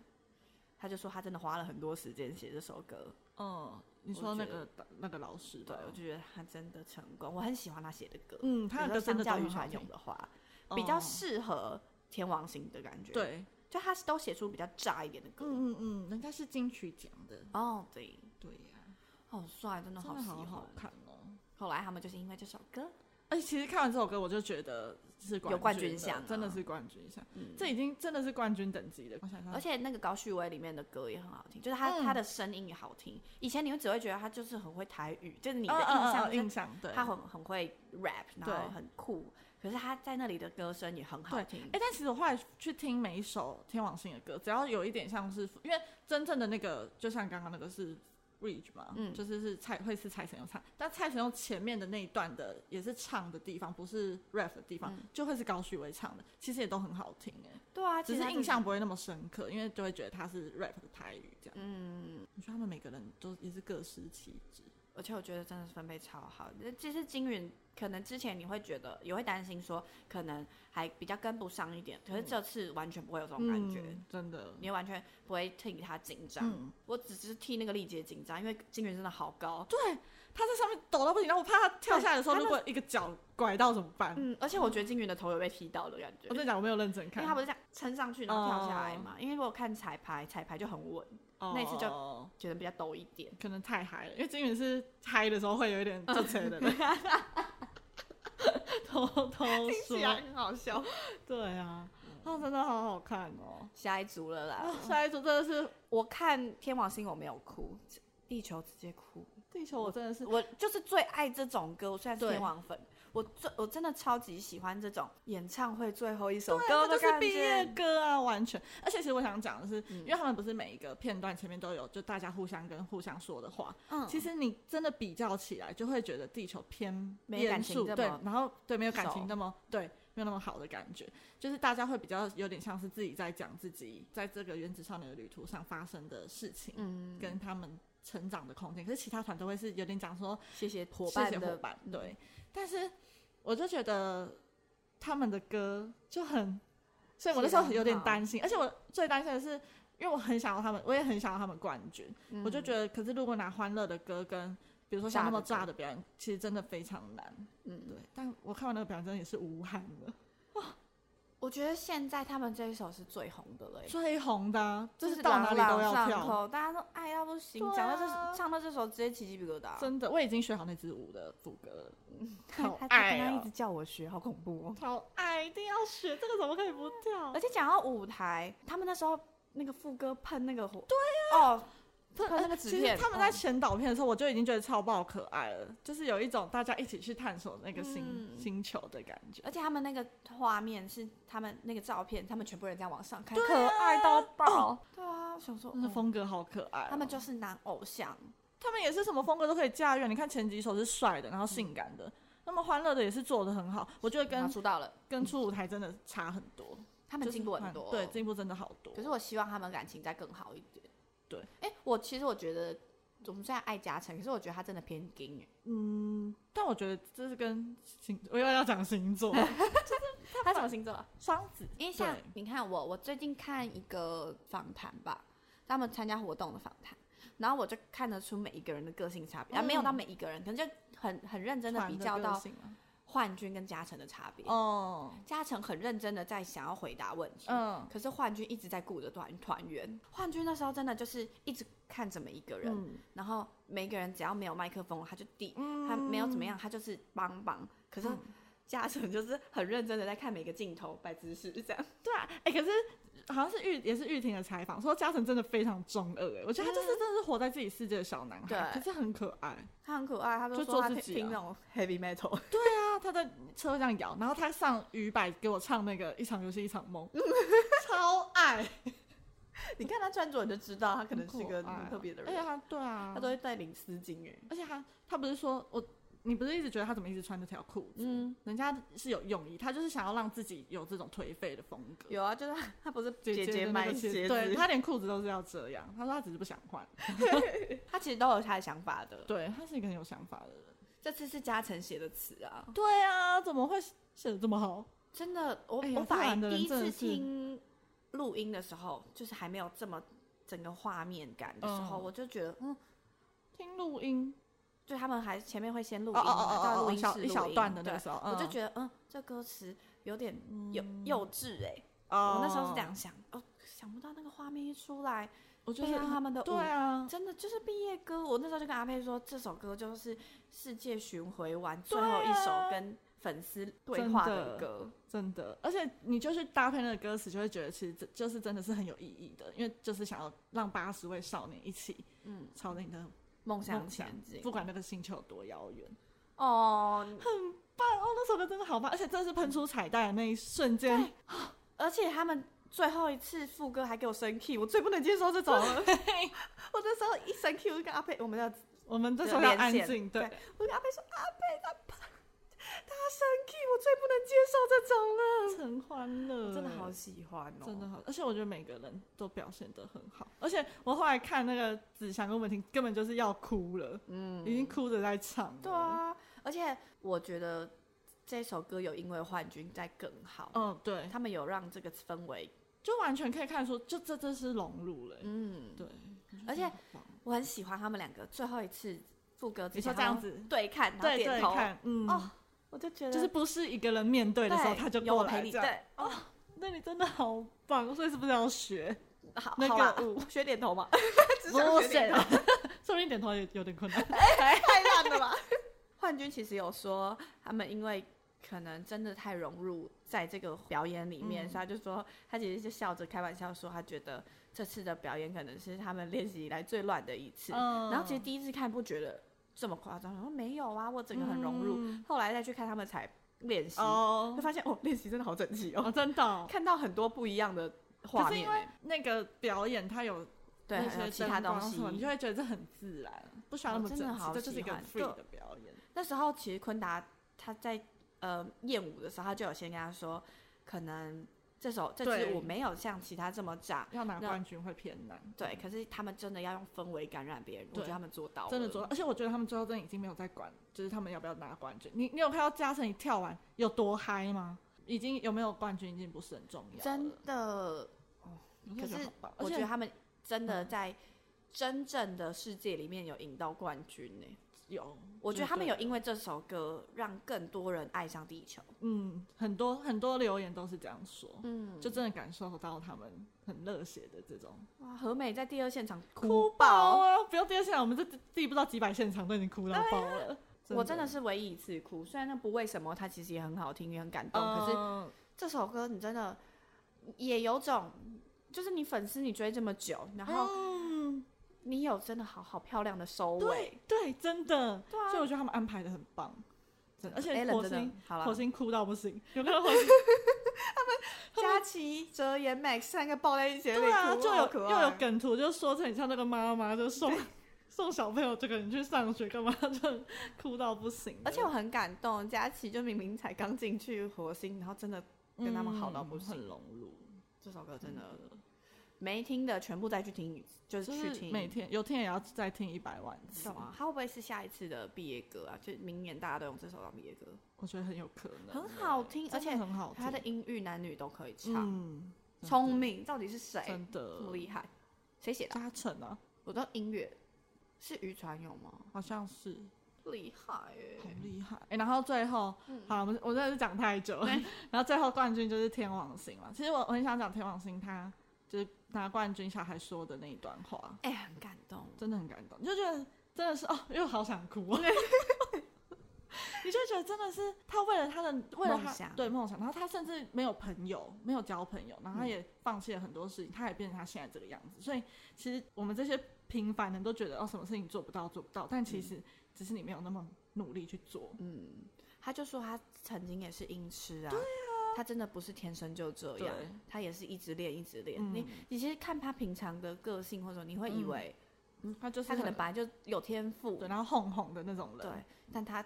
Speaker 2: 他就说他真的花了很多时间写这首歌，
Speaker 3: 嗯，你
Speaker 2: 我
Speaker 3: 说那
Speaker 2: 觉
Speaker 3: 个那个老师
Speaker 2: 对
Speaker 3: 吧，
Speaker 2: 我就觉得他真的成功，我很喜欢他写的歌。
Speaker 3: 哦嗯，他
Speaker 2: 比
Speaker 3: 的
Speaker 2: 如
Speaker 3: 歌
Speaker 2: 说
Speaker 3: 真的
Speaker 2: 相
Speaker 3: 都
Speaker 2: 较于
Speaker 3: 很好
Speaker 2: 传
Speaker 3: 听
Speaker 2: 勇，的话，比较
Speaker 3: 嗯
Speaker 2: 适合天王星的感觉。，
Speaker 3: 对，
Speaker 2: 就他都写出比较炸一点的歌。
Speaker 3: 嗯嗯嗯，人家是金曲奖的，
Speaker 2: 哦，对，
Speaker 3: 对呀、
Speaker 2: 好帅，真的
Speaker 3: 真
Speaker 2: 好
Speaker 3: 的
Speaker 2: 喜
Speaker 3: 好
Speaker 2: 欢。
Speaker 3: 好看哦。
Speaker 2: 后来他们就是因为这首歌，
Speaker 3: 而且其实看完这首歌，我就觉得是
Speaker 2: 有冠军
Speaker 3: 军
Speaker 2: 奖啊
Speaker 3: 了真的是冠军奖，
Speaker 2: 嗯，
Speaker 3: 这已经真的是冠军等级的。我想想，
Speaker 2: 而且那个高旭威里面的歌也很好听，就是他、
Speaker 3: 嗯
Speaker 2: 他的声音也好听。以前你会只会觉得他就是很会台语，就是你
Speaker 3: 你
Speaker 2: 的印象就
Speaker 3: 嗯
Speaker 2: 是
Speaker 3: 印象对。
Speaker 2: 他很很会 rap，然
Speaker 3: 对
Speaker 2: 后很酷。可是他在那里的歌声也很好
Speaker 3: 对
Speaker 2: 听
Speaker 3: 哎、。但其实我后来去听每一首天王星的歌，只要有一点像是，因为真正的那个，就像刚刚那个是 Ridge 嘛，
Speaker 2: 嗯
Speaker 3: 就是是蔡会是蔡神佑唱，但蔡神佑前面的那一段的也是唱的地方，不是 rap 的地
Speaker 2: 嗯
Speaker 3: 方，就会是高旭威唱的，其实也都很好听哎、
Speaker 2: 对啊，
Speaker 3: 只
Speaker 2: 其实
Speaker 3: 是
Speaker 2: 他
Speaker 3: 印象不会那么深刻，因为就会觉得他是 rap 的台语这样。
Speaker 2: 嗯，
Speaker 3: 你说他们每个人都也是各司其职，
Speaker 2: 而且我觉得真的是分配超好。呃其实金云可能之前你会觉得也会担心说可能还比较跟不上一点，可是这次完全不会有这种感觉，
Speaker 3: 嗯真的。
Speaker 2: 你也完全不会替他紧张。
Speaker 3: 嗯，
Speaker 2: 我只是替那个丽姐紧张，因为金云真的好高。
Speaker 3: 他在上面抖到不行，然后我怕他跳下来的时候，
Speaker 2: 对
Speaker 3: 如果一个脚拐到怎么办？
Speaker 2: 嗯，而且我觉得金云的头有被踢到的感觉
Speaker 3: 我。跟你讲，我没有认真
Speaker 2: 因
Speaker 3: 哦看
Speaker 2: 为他，不是这样撑上去然后跳下来嘛因为如果看彩排，彩排就很稳，
Speaker 3: 哦
Speaker 2: 那一次就
Speaker 3: 就
Speaker 2: 觉得比较陡一点。
Speaker 3: 可能太嗨了，因为金云是嗨的时候会有一点这扯的人， 偷偷
Speaker 2: 是
Speaker 3: 说，
Speaker 2: 很好笑。
Speaker 3: 对啊，哦，真的好好看哦。
Speaker 2: 下一组了啦
Speaker 3: 啊，，下一组真的是
Speaker 2: 我看天王星我没有哭，地球直接哭。
Speaker 3: 地球，我真的是
Speaker 2: 我就是最爱这种歌，我虽然是
Speaker 3: 对
Speaker 2: 天王粉，我最我真的超级喜欢这种演唱会最后一首
Speaker 3: 这
Speaker 2: 歌
Speaker 3: 啊就
Speaker 2: 的
Speaker 3: 是
Speaker 2: 感
Speaker 3: 毕业
Speaker 2: 觉。
Speaker 3: 歌啊，完全。而且其实我想讲的是，
Speaker 2: 嗯
Speaker 3: 因为他们不是每一个片段前面都有就大家互相跟互相说的话，
Speaker 2: 嗯
Speaker 3: 其实你真的比较起来，就会觉得地球偏
Speaker 2: 没有感
Speaker 3: 严
Speaker 2: 情
Speaker 3: 肃，
Speaker 2: 这
Speaker 3: 对
Speaker 2: 么，
Speaker 3: 然后对没有感情
Speaker 2: 熟
Speaker 3: 那么对。没有那么好的感觉，就是大家会比较有点像是自己在讲自己在这个原子少年的旅途上发生的事情，
Speaker 2: 嗯，
Speaker 3: 跟他们成长的空间。可是其他团都会是有点讲说
Speaker 2: 谢谢伙
Speaker 3: 谢
Speaker 2: 伴
Speaker 3: 谢
Speaker 2: 的嗯
Speaker 3: 伙伴，对。但是我就觉得他们的歌就很，所以我那时候有点担心，而且我最担心的是，因为我很想要他们，我也很想要他们冠军，
Speaker 2: 嗯
Speaker 3: 我就觉得，可是如果拿欢乐的歌跟比如说像那么
Speaker 2: 炸的
Speaker 3: 炸的表演，其实真的非常难，
Speaker 2: 嗯
Speaker 3: 对。但我看完那个表演，真的也是啊无憾的，
Speaker 2: 我觉得现在他们这一首是最红的了耶，
Speaker 3: 最红的啊、就
Speaker 2: 就是
Speaker 3: 到哪里都要
Speaker 2: 朗朗上
Speaker 3: 跳，
Speaker 2: 口，大家都爱到不行。
Speaker 3: 对
Speaker 2: 讲到
Speaker 3: 啊
Speaker 2: 这，唱到这首直接起鸡皮疙瘩。
Speaker 3: 真的，我已经学好那支舞的副歌了，
Speaker 2: 他
Speaker 3: 好
Speaker 2: 他
Speaker 3: 爱
Speaker 2: 他刚刚一
Speaker 3: 哦
Speaker 2: 直叫我学，好恐怖哦。
Speaker 3: 好爱，一定要学，这个怎么可以不跳？
Speaker 2: 而且讲到舞台，他们那时候那个副歌喷那个火，对呀、哦，
Speaker 3: 不
Speaker 2: 看那个
Speaker 3: 呃
Speaker 2: 纸
Speaker 3: 其实
Speaker 2: 片
Speaker 3: 他们在
Speaker 2: 嗯
Speaker 3: 前导片的时候，我就已经觉得超爆可爱了，就是有一种大家一起去探索那个星、
Speaker 2: 嗯
Speaker 3: 星球的感觉。
Speaker 2: 而且他们那个画面是他们那个照片，他们全部人这样往上看，
Speaker 3: 对啊
Speaker 2: 可爱到爆。对啊，想说
Speaker 3: 真的
Speaker 2: 哦
Speaker 3: 风格好可爱哦、
Speaker 2: 他们就是男偶像，
Speaker 3: 他们也是什么风格都可以驾驭。你看前几首是帅的，然后性感的，那么欢乐的也是做的很好。我觉得
Speaker 2: 然
Speaker 3: 跟
Speaker 2: 后嗯出道了，
Speaker 3: 跟初舞台真的差很多，
Speaker 2: 他
Speaker 3: 他
Speaker 2: 们进步很多。哦
Speaker 3: 对，进步真的好多。
Speaker 2: 可是我希望他们感情再更好一点。
Speaker 3: 对，
Speaker 2: 哎、我其实我觉得我们虽然爱嘉诚，可是我觉得他真的偏欸硬耶，
Speaker 3: 嗯，但我觉得这是跟星，我又要讲星座，
Speaker 2: 他什么星座啊？
Speaker 3: 双子，
Speaker 2: 因为像
Speaker 3: 对
Speaker 2: 你看我，我最近看一个访谈吧，他们参加活动的访谈，然后我就看得出每一个人的个性差别、啊，没有到
Speaker 3: 嗯
Speaker 2: 每一个人，可能就很很认真的
Speaker 3: 团
Speaker 2: 比
Speaker 3: 的
Speaker 2: 较
Speaker 3: 个
Speaker 2: 到
Speaker 3: 性啊
Speaker 2: 幻君跟嘉诚的差别。
Speaker 3: 哦，
Speaker 2: 嘉诚很认真的在想要回答问题，
Speaker 3: 嗯
Speaker 2: 可是幻君一直在顾着团团员。幻君那时候真的就是一直看着每一个人，
Speaker 3: 嗯
Speaker 2: 然后每一个人只要没有麦克风，他就递，
Speaker 3: 嗯
Speaker 2: 他没有怎么样，他就是帮帮。可是
Speaker 3: 嗯
Speaker 2: 嘉诚就是很认真的在看每个镜头摆姿势，这样。
Speaker 3: 对啊，哎、可是好像是玉也是玉婷的采访，说嘉诚真的非常中二、哎，我觉得他就是真的是活在自己世界的小男孩，
Speaker 2: 嗯
Speaker 3: 可
Speaker 2: 对
Speaker 3: 是很可爱。
Speaker 2: 他很可爱，他
Speaker 3: 就
Speaker 2: 就
Speaker 3: 做
Speaker 2: 说他
Speaker 3: 自
Speaker 2: 听
Speaker 3: 己啊
Speaker 2: 听那 种 heavy metal，
Speaker 3: 啊，他在车上摇，然后他上鱼摆给我唱那个《一场游戏一场梦》，超爱，
Speaker 2: 你看他穿着你就知道他可能是
Speaker 3: 很
Speaker 2: 个
Speaker 3: 可爱啊
Speaker 2: 很特别的
Speaker 3: 而且
Speaker 2: 人，
Speaker 3: 他对啊，
Speaker 2: 他都会带领丝巾哎。
Speaker 3: 而且他他不是说我，你不是一直觉得他怎么一直穿这条裤子？
Speaker 2: 嗯，
Speaker 3: 人家是有用意，他就是想要让自己有这种颓废的风格。
Speaker 2: 有啊，就是他他不是
Speaker 3: 姐
Speaker 2: 姐
Speaker 3: 的那
Speaker 2: 买
Speaker 3: 个
Speaker 2: 鞋
Speaker 3: 对
Speaker 2: 子，
Speaker 3: 他连裤子都是要这样。他说他只是不想换，
Speaker 2: 他其实都有他的想法的。
Speaker 3: 对他是一个很有想法的人。
Speaker 2: 这次是嘉诚写的词啊，
Speaker 3: 对啊，怎么会写的这么好？
Speaker 2: 真的，我、
Speaker 3: 哎呀
Speaker 2: 我
Speaker 3: 荷
Speaker 2: 反
Speaker 3: 兰
Speaker 2: 而
Speaker 3: 的人
Speaker 2: 第一
Speaker 3: 真的
Speaker 2: 次
Speaker 3: 是
Speaker 2: 听录音的时候，就是还没有这么整个画面感的时候，
Speaker 3: 嗯
Speaker 2: 我就觉得，嗯，
Speaker 3: 听录音，
Speaker 2: 就他们还前面会先录
Speaker 3: 哦
Speaker 2: 音嘛，
Speaker 3: 哦哦
Speaker 2: 到
Speaker 3: 哦
Speaker 2: 录
Speaker 3: 哦，
Speaker 2: 音
Speaker 3: 小
Speaker 2: 室
Speaker 3: 一小
Speaker 2: 录音
Speaker 3: 段的那
Speaker 2: 对
Speaker 3: 个时候，
Speaker 2: 我就
Speaker 3: 得
Speaker 2: 觉得，嗯，这歌词有点幼、
Speaker 3: 嗯
Speaker 2: 幼稚哎、
Speaker 3: 哦
Speaker 2: 我那时候是这，样想，哦，想不到那个画面一出来，
Speaker 3: 我
Speaker 2: 就
Speaker 3: 就是是
Speaker 2: 他们的舞
Speaker 3: 对啊，
Speaker 2: 真的就是毕业歌，我那时候就跟阿佩说，这首歌就是世界巡回完最
Speaker 3: 对啊
Speaker 2: 后一首跟粉丝对话的
Speaker 3: 真的
Speaker 2: 歌，
Speaker 3: 真的，而且你就是搭配那个歌词，就会觉得其实这就是真的是很有意义的，因为就是想要让八十位少年一起
Speaker 2: 嗯，
Speaker 3: 朝着你的
Speaker 2: 梦想
Speaker 3: 梦
Speaker 2: 前
Speaker 3: 想
Speaker 2: 进，
Speaker 3: 不管那个星球有多遥远。
Speaker 2: 哦，
Speaker 3: 棒哦，那首歌真的好棒，而且真的是喷出彩蛋的那一瞬间，
Speaker 2: 而且他们最后一次副歌还给我生气，我最不能接受这种了。我那时候一生气，我就跟阿佩，我们的
Speaker 3: 我们这时候
Speaker 2: 就
Speaker 3: 要
Speaker 2: 连
Speaker 3: 安
Speaker 2: 线
Speaker 3: 静，对，
Speaker 2: 我跟阿佩说，阿佩他他生气，我最不能接受这种了。
Speaker 3: 很欢乐，
Speaker 2: 真的好喜欢哦，
Speaker 3: 嗯真的好，而且我觉得每个人都表现得很好，而且我后来看那个子祥跟文婷根本就是要哭了，嗯，已经哭着在唱，
Speaker 2: 对，啊，而且我觉得这首歌有因为幻军在更好，
Speaker 3: 嗯，对，
Speaker 2: 他们有让这个氛围，
Speaker 3: 就完全可以看出，就这这是融入了、欸
Speaker 2: 嗯，
Speaker 3: 对，
Speaker 2: 而
Speaker 3: 我觉
Speaker 2: 且
Speaker 3: 得很棒
Speaker 2: 我很喜欢他们两个最后一次副歌之
Speaker 3: 你说
Speaker 2: 前
Speaker 3: 这样子，
Speaker 2: 对看，然后
Speaker 3: 对
Speaker 2: 点
Speaker 3: 对
Speaker 2: 头，
Speaker 3: 看，嗯，
Speaker 2: 哦，我就觉得
Speaker 3: 就是不是一个人面对的时候，
Speaker 2: 对
Speaker 3: 他就
Speaker 2: 有
Speaker 3: 过
Speaker 2: 我陪
Speaker 3: 来
Speaker 2: 你，
Speaker 3: 这样，
Speaker 2: 对，哦，
Speaker 3: 那你真的好棒，所以是不是要学？
Speaker 2: 好，
Speaker 3: 那
Speaker 2: 哦好啦
Speaker 3: 个舞嗯
Speaker 2: 学点头嘛， 只
Speaker 3: 不
Speaker 2: 想学点头，
Speaker 3: 说明点头也有点困难，
Speaker 2: 太烂了吧？幻军其实有说，他们因为可能真的太融入在这个表演里面，
Speaker 3: 嗯
Speaker 2: 所以他就说，他其实就笑着开玩笑说，他觉得这次的表演可能是他们练习以来最乱的一次。
Speaker 3: 嗯
Speaker 2: 然后其实第一次看不觉得这么夸张，然后没有啊，我整个很融入。
Speaker 3: 嗯
Speaker 2: 后来再去看他们才练习，
Speaker 3: 哦
Speaker 2: 会发现哦，练习真的好整齐哦，
Speaker 3: 哦，真的哦、
Speaker 2: 看到很多不一样的画
Speaker 3: 可是
Speaker 2: 面
Speaker 3: 因为
Speaker 2: 欸，
Speaker 3: 那个表演，它有
Speaker 2: 对，
Speaker 3: 那
Speaker 2: 还有
Speaker 3: 些
Speaker 2: 其他
Speaker 3: 灯
Speaker 2: 东
Speaker 3: 光
Speaker 2: 西
Speaker 3: 什么，你就会觉得这很自然，不需要那
Speaker 2: 我
Speaker 3: 么
Speaker 2: 真
Speaker 3: 整
Speaker 2: 的
Speaker 3: 齐，
Speaker 2: 好
Speaker 3: 这就是一
Speaker 2: 喜
Speaker 3: 个
Speaker 2: 欢
Speaker 3: free
Speaker 2: 对
Speaker 3: 的表演。
Speaker 2: 那时候其实昆达他在呃练舞的时候，他就有先跟他说，可能这首这支
Speaker 3: 对
Speaker 2: 舞没有像其他这么炸，
Speaker 3: 要拿
Speaker 2: 那
Speaker 3: 冠军会偏难，
Speaker 2: 对，可是他们真的要用氛围感染别人，我
Speaker 3: 嗯对
Speaker 2: 觉得他们做到了，
Speaker 3: 嗯真的做到。而且我觉得他们最后真的已经没有在管，就是他们要不要拿冠军。你你有看到嘉诚你跳完有多嗨吗？已经有没有冠军已经不是很重要了，
Speaker 2: 真的，
Speaker 3: 我真的觉得好棒。
Speaker 2: 我
Speaker 3: 而
Speaker 2: 觉得
Speaker 3: 且
Speaker 2: 他们真的在真正的世界里面有赢到冠军呢、
Speaker 3: 有，
Speaker 2: 我觉得他们
Speaker 3: 绝
Speaker 2: 有
Speaker 3: 对
Speaker 2: 因为这首歌让更多人爱上地球，
Speaker 3: 嗯，很多很多留言都是这样说，
Speaker 2: 嗯，
Speaker 3: 就真的感受到他们很热血的这种
Speaker 2: 哇，何美在第二现场
Speaker 3: 哭
Speaker 2: 哭
Speaker 3: 爆
Speaker 2: 爆，哦
Speaker 3: 啊！不用第二现场，我们这自己不知道几百现场都已经哭到爆了。
Speaker 2: 啊我真的是唯一一次哭，虽然那不为什么，它其实也很好听，也很感动，可是
Speaker 3: 嗯，
Speaker 2: 这首歌你真的也有种，就是你粉丝你追这么久，然后
Speaker 3: 嗯，
Speaker 2: 你有真的好好漂亮的收尾，
Speaker 3: 对对，真的，
Speaker 2: 对啊呃
Speaker 3: 所以我觉得他们安排的很棒，真的，而且
Speaker 2: Alan
Speaker 3: 火
Speaker 2: 真的
Speaker 3: 星
Speaker 2: 好啦
Speaker 3: 火星哭到不行，有没有火 星？
Speaker 2: 佳琪、哲言、Max 三个抱在一起的
Speaker 3: 对啊，
Speaker 2: 哭
Speaker 3: 就
Speaker 2: 好
Speaker 3: 有
Speaker 2: 可
Speaker 3: 又有
Speaker 2: 爱
Speaker 3: 梗图，就说成你像那个妈妈，就送送小朋友这个人去上学干嘛， 就哭到不行的。
Speaker 2: 而且我很感动，佳琪就明明才刚进去火星，然后真的跟他们好到不
Speaker 3: 嗯
Speaker 2: 行
Speaker 3: 很融入，
Speaker 2: 这首歌真的没听的全部再去听，就是
Speaker 3: 就
Speaker 2: 去
Speaker 3: 是
Speaker 2: 听。
Speaker 3: 每天有天也要再听一百万次
Speaker 2: 懂，啊？它会不会是下一次的毕业歌啊？就明年大家都用这首当毕业歌，
Speaker 3: 我觉得很有可能，欸
Speaker 2: 很好听
Speaker 3: 真的
Speaker 2: 而且
Speaker 3: 很好听，
Speaker 2: 他的音域男女都可以唱。
Speaker 3: 嗯，真的
Speaker 2: 聪明到底是谁？
Speaker 3: 真的
Speaker 2: 这么厉害，谁写的啊？
Speaker 3: 嘉诚啊，
Speaker 2: 我的音乐是渔船有吗？
Speaker 3: 好像是。
Speaker 2: 厉害耶、
Speaker 3: 好厉害！哎、然后最后，
Speaker 2: 嗯
Speaker 3: 好，我们我真的是讲太久了。然后最后冠军就是天王星嘛。其实我我很想讲天王星，他就是拿冠军小孩说的那一段话，
Speaker 2: 哎、很感动。
Speaker 3: 真的很感动，你就觉得真的是哦，又好想哭、哦。 你就觉得真的是他为了他的为了
Speaker 2: 梦
Speaker 3: 他
Speaker 2: 想
Speaker 3: 对梦想，然后他甚至没有朋友，没有交朋友，然
Speaker 2: 嗯
Speaker 3: 后他也放弃了很多事情，他也变成他现在这个样子。所以其实我们这些平凡人都觉得哦，什么事情做不到做不到，但其实只是你没有那么努力去做。
Speaker 2: 嗯，他就说他曾经也是音痴啊。对啊。他真的不是天生就这样
Speaker 3: 对，
Speaker 2: 他也是一直练，一直练。
Speaker 3: 嗯
Speaker 2: 你你其实看他平常的个性，或者你会以
Speaker 3: 嗯
Speaker 2: 为
Speaker 3: 他就是
Speaker 2: 他可能
Speaker 3: 很
Speaker 2: 本来就有天赋，
Speaker 3: 对，然后哄哄的那种人，
Speaker 2: 对，但他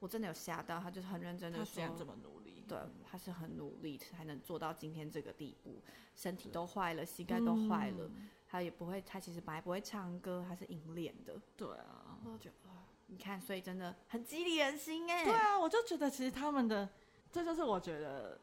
Speaker 2: 我真的有吓到，他就是很认真
Speaker 3: 他
Speaker 2: 的
Speaker 3: 虽
Speaker 2: 说
Speaker 3: 然，这么努力，
Speaker 2: 对，他是很努力才能做到今天这个地步，身体都坏了，膝盖都坏了，
Speaker 3: 嗯
Speaker 2: 他也不会，他其实本来不会唱歌，他是银脸的。
Speaker 3: 对啊，
Speaker 2: 我就觉得哇你看，所以真的很激励人心哎、
Speaker 3: 对啊，我就觉得其实他们的，这就是我觉得，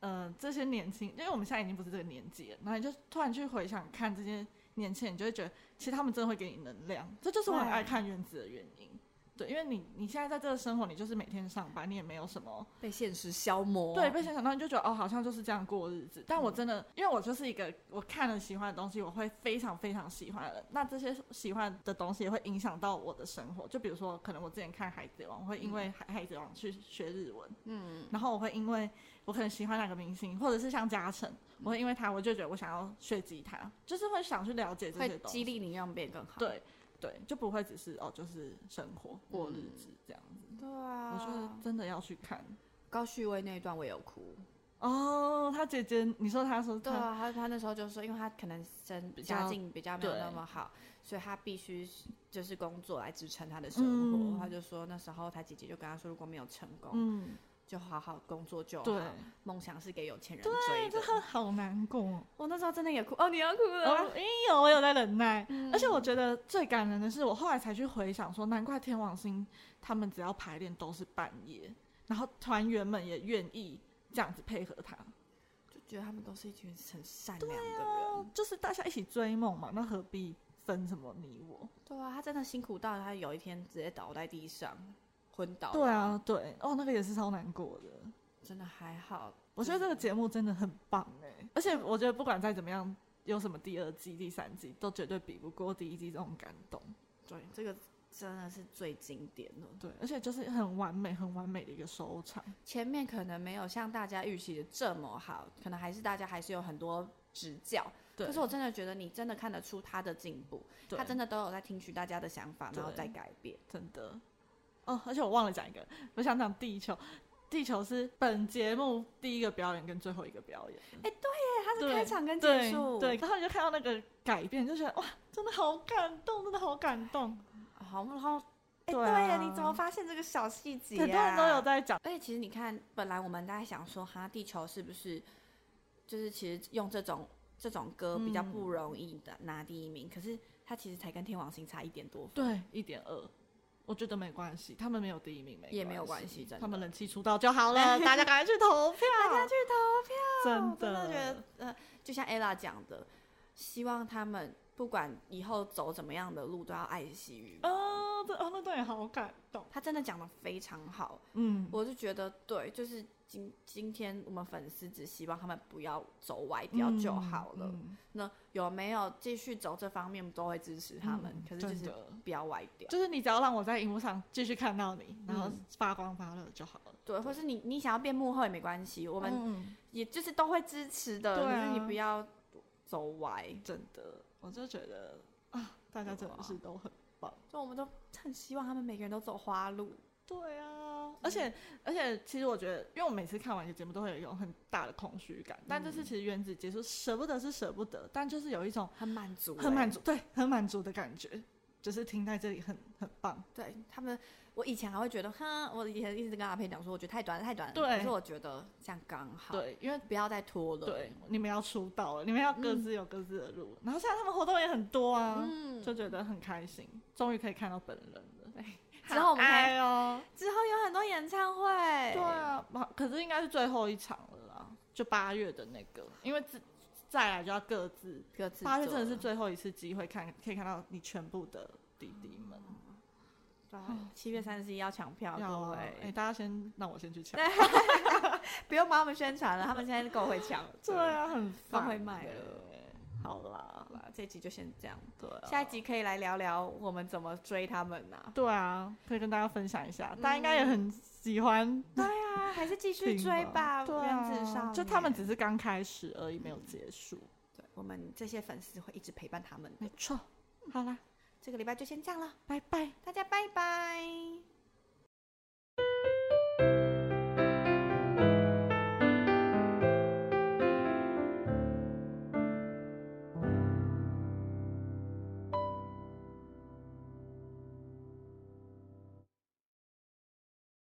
Speaker 3: 呃，这些年轻，因为我们现在已经不是这个年纪了，然后你就突然去回想看这些年轻人，你就会觉得其实他们真的会给你能量，这就是我很
Speaker 2: 对
Speaker 3: 爱看原子的原因。对，因为你你现在在这个生活，你就是每天上班，你也没有什么
Speaker 2: 被现实消磨。
Speaker 3: 对，被现场，到你就觉得哦，好像就是这样过日子。但我真的，因为我就是一个我看了喜欢的东西，我会非常非常喜欢的人。那这些喜欢的东西也会影响到我的生活。就比如说，可能我之前看《海贼王》，我会因
Speaker 2: 嗯
Speaker 3: 为《海海贼王》去学日文，嗯，然后我会因为我可能喜欢哪个明星，或者是像嘉诚，我会因为他，我就觉得我想要学吉他，就是会想去了解这些
Speaker 2: 会
Speaker 3: 东
Speaker 2: 激
Speaker 3: 西。
Speaker 2: 励你让变更好。
Speaker 3: 对对，就不会只是哦，就是生活过日子这样子。
Speaker 2: 对
Speaker 3: 我觉得
Speaker 2: 嗯啊，
Speaker 3: 真的要去看。
Speaker 2: 高旭威那一段我有哭，
Speaker 3: 哦，他姐姐，你说他说
Speaker 2: 对
Speaker 3: 他
Speaker 2: 啊，他他那时候就说，因为他可能生
Speaker 3: 比
Speaker 2: 家
Speaker 3: 较
Speaker 2: 境比较没有
Speaker 3: 对
Speaker 2: 那么好，所以他必须就是工作来支撑他的生活。
Speaker 3: 嗯
Speaker 2: 他就说那时候他姐姐就跟他说，如果没有成功，
Speaker 3: 嗯，
Speaker 2: 就好好工作就
Speaker 3: 对，
Speaker 2: 好，梦想是给有钱人追的。
Speaker 3: 他哎好难过。
Speaker 2: 我那时候真的也哭，哦，你要哭了
Speaker 3: 哦
Speaker 2: 吗，，
Speaker 3: 因有我有在忍耐，而且我觉得最感人的是，我后来才去回想说，难怪天王星他们只要排练都是半夜，然后团员们也愿意这样子配合他，
Speaker 2: 就觉得他们都是一群很善良的人。
Speaker 3: 就是大家一起追梦嘛，那何必分什么你我？
Speaker 2: 对啊，他真的辛苦到他有一天直接倒在地上昏倒。
Speaker 3: 对，啊，对，哦，那个也是超难过的。
Speaker 2: 真的还好。
Speaker 3: 我觉得这个节目真的很棒哎、而且我觉得不管再怎么样，有什么第二季、第三季，都绝对比不过第一季这种感动。
Speaker 2: 对，这个真的是最经典的。
Speaker 3: 对，而且就是很完美、很完美的一个收场。
Speaker 2: 前面可能没有像大家预期的这么好，可能还是大家还是有很多指教。
Speaker 3: 对，
Speaker 2: 可是我真的觉得你真的看得出他的进步，
Speaker 3: 对
Speaker 2: 他真的都有在听取大家的想法，然后
Speaker 3: 对
Speaker 2: 再改变。
Speaker 3: 真的哦，而且我忘了讲一个，我想讲地球。地球是本节目第一个表演跟最后一个表演，
Speaker 2: 对，他
Speaker 3: 对
Speaker 2: 是开场跟结
Speaker 3: 对
Speaker 2: 束，
Speaker 3: 对，，然后你就看到那个改变，就觉得哇，真的好感动，真的好感动。
Speaker 2: 好，然后。哎、
Speaker 3: 对
Speaker 2: 对
Speaker 3: 啊
Speaker 2: 呀、你怎么发现这个小细节、啊？
Speaker 3: 很多人都有在讲，
Speaker 2: 而且其实你看，本来我们大家想说，哈，地球是不是就是其实用这种这种歌比较
Speaker 3: 嗯
Speaker 2: 不容易的拿第一名？可是他其实才跟天王星差一点多分。
Speaker 3: 对，一点二，我觉得没关系，他们没有第一名没
Speaker 2: 也没有
Speaker 3: 关
Speaker 2: 关系真的
Speaker 3: 他们人气出道就好 了，大家赶快去投票，
Speaker 2: 大家去投
Speaker 3: 真
Speaker 2: 票，
Speaker 3: 的
Speaker 2: 真的觉得呃，就像 ella 讲的，希望他们不管以后走怎么样的路，都要爱惜羽毛。
Speaker 3: 哦，这哦那段也好感动，
Speaker 2: 他真的讲的非常好，
Speaker 3: 嗯，
Speaker 2: 我就觉得对，就是今今天我们粉丝只希望他们不要走歪掉就好了。
Speaker 3: 嗯嗯
Speaker 2: 那有没有继续走这方面，都会支持他们。
Speaker 3: 嗯
Speaker 2: 可是就
Speaker 3: 真
Speaker 2: 是
Speaker 3: 的
Speaker 2: 不要歪掉，
Speaker 3: 就是你只要让我在荧幕上继续看到你，然后
Speaker 2: 嗯
Speaker 3: 发光发热就好了。
Speaker 2: 对，或是你你想要变幕后也没关系，我
Speaker 3: 我
Speaker 2: 们也就是都会支持
Speaker 3: 嗯
Speaker 2: 的，
Speaker 3: 对
Speaker 2: 可是
Speaker 3: 啊
Speaker 2: 你不要走歪。
Speaker 3: 真的，我就觉得啊，大家真的是都很棒。
Speaker 2: 就我们都很希望他们每个人都走花路。
Speaker 3: 对啊，而且而且，其实我觉得，因为我每次看完一个节目都会有一种很大的空虚感，但这次其实原子结束舍不得是舍不得，但就是有一种
Speaker 2: 很满足、欸
Speaker 3: 很满
Speaker 2: 足。
Speaker 3: 足，对，很满足的感觉，就是停在这里很很棒。
Speaker 2: 对他们，我以前还会觉得，哼，我以前一直跟阿佩讲说，我觉得太短了，太短了。
Speaker 3: 对
Speaker 2: 可是我觉得这样刚好，，
Speaker 3: 对，因为
Speaker 2: 不要再拖了。，
Speaker 3: 对嗯你们要出道了，你们要各自有各自的路，然后现在他们活动也很多啊，
Speaker 2: 嗯，
Speaker 3: 就觉得很开心，终于可以看到本人了。
Speaker 2: 之后我们哎
Speaker 3: 哎
Speaker 2: 还
Speaker 3: 哦，
Speaker 2: 之后有很多演唱会。
Speaker 3: 对啊，好可是应该是最后一场了啦，就八月的那个，因为自再来就要各自。
Speaker 2: 各自
Speaker 3: 八月真的
Speaker 2: 做
Speaker 3: 是最后一次机会看，可以看到你全部的弟弟们。
Speaker 2: 对，啊七月三十一要抢票，
Speaker 3: 要
Speaker 2: 嗯各
Speaker 3: 啊哎、
Speaker 2: 位，啊
Speaker 3: 大家先让我先去抢。
Speaker 2: 不用帮他们宣传了，他们现在够会抢了。
Speaker 3: 对啊，很
Speaker 2: 刚
Speaker 3: 烦
Speaker 2: 会卖
Speaker 3: 欸
Speaker 2: 了。
Speaker 3: 好啦，
Speaker 2: 好啦，这集就先这样，
Speaker 3: 对啊，
Speaker 2: 下一集可以来聊聊我们怎么追他们呐、
Speaker 3: 对啊，可以跟大家分享一下，
Speaker 2: 嗯
Speaker 3: 大家应该也很喜欢
Speaker 2: 对啊，还是继续
Speaker 3: 听
Speaker 2: 追吧，
Speaker 3: 对
Speaker 2: 原子少
Speaker 3: 啊，
Speaker 2: 年
Speaker 3: 就他们只是刚开始而已，没有结束。
Speaker 2: 对，我们这些粉丝会一直陪伴他们的。
Speaker 3: 没错，好啦，
Speaker 2: 这个礼拜就先这样了，
Speaker 3: 拜拜。
Speaker 2: 大家拜拜。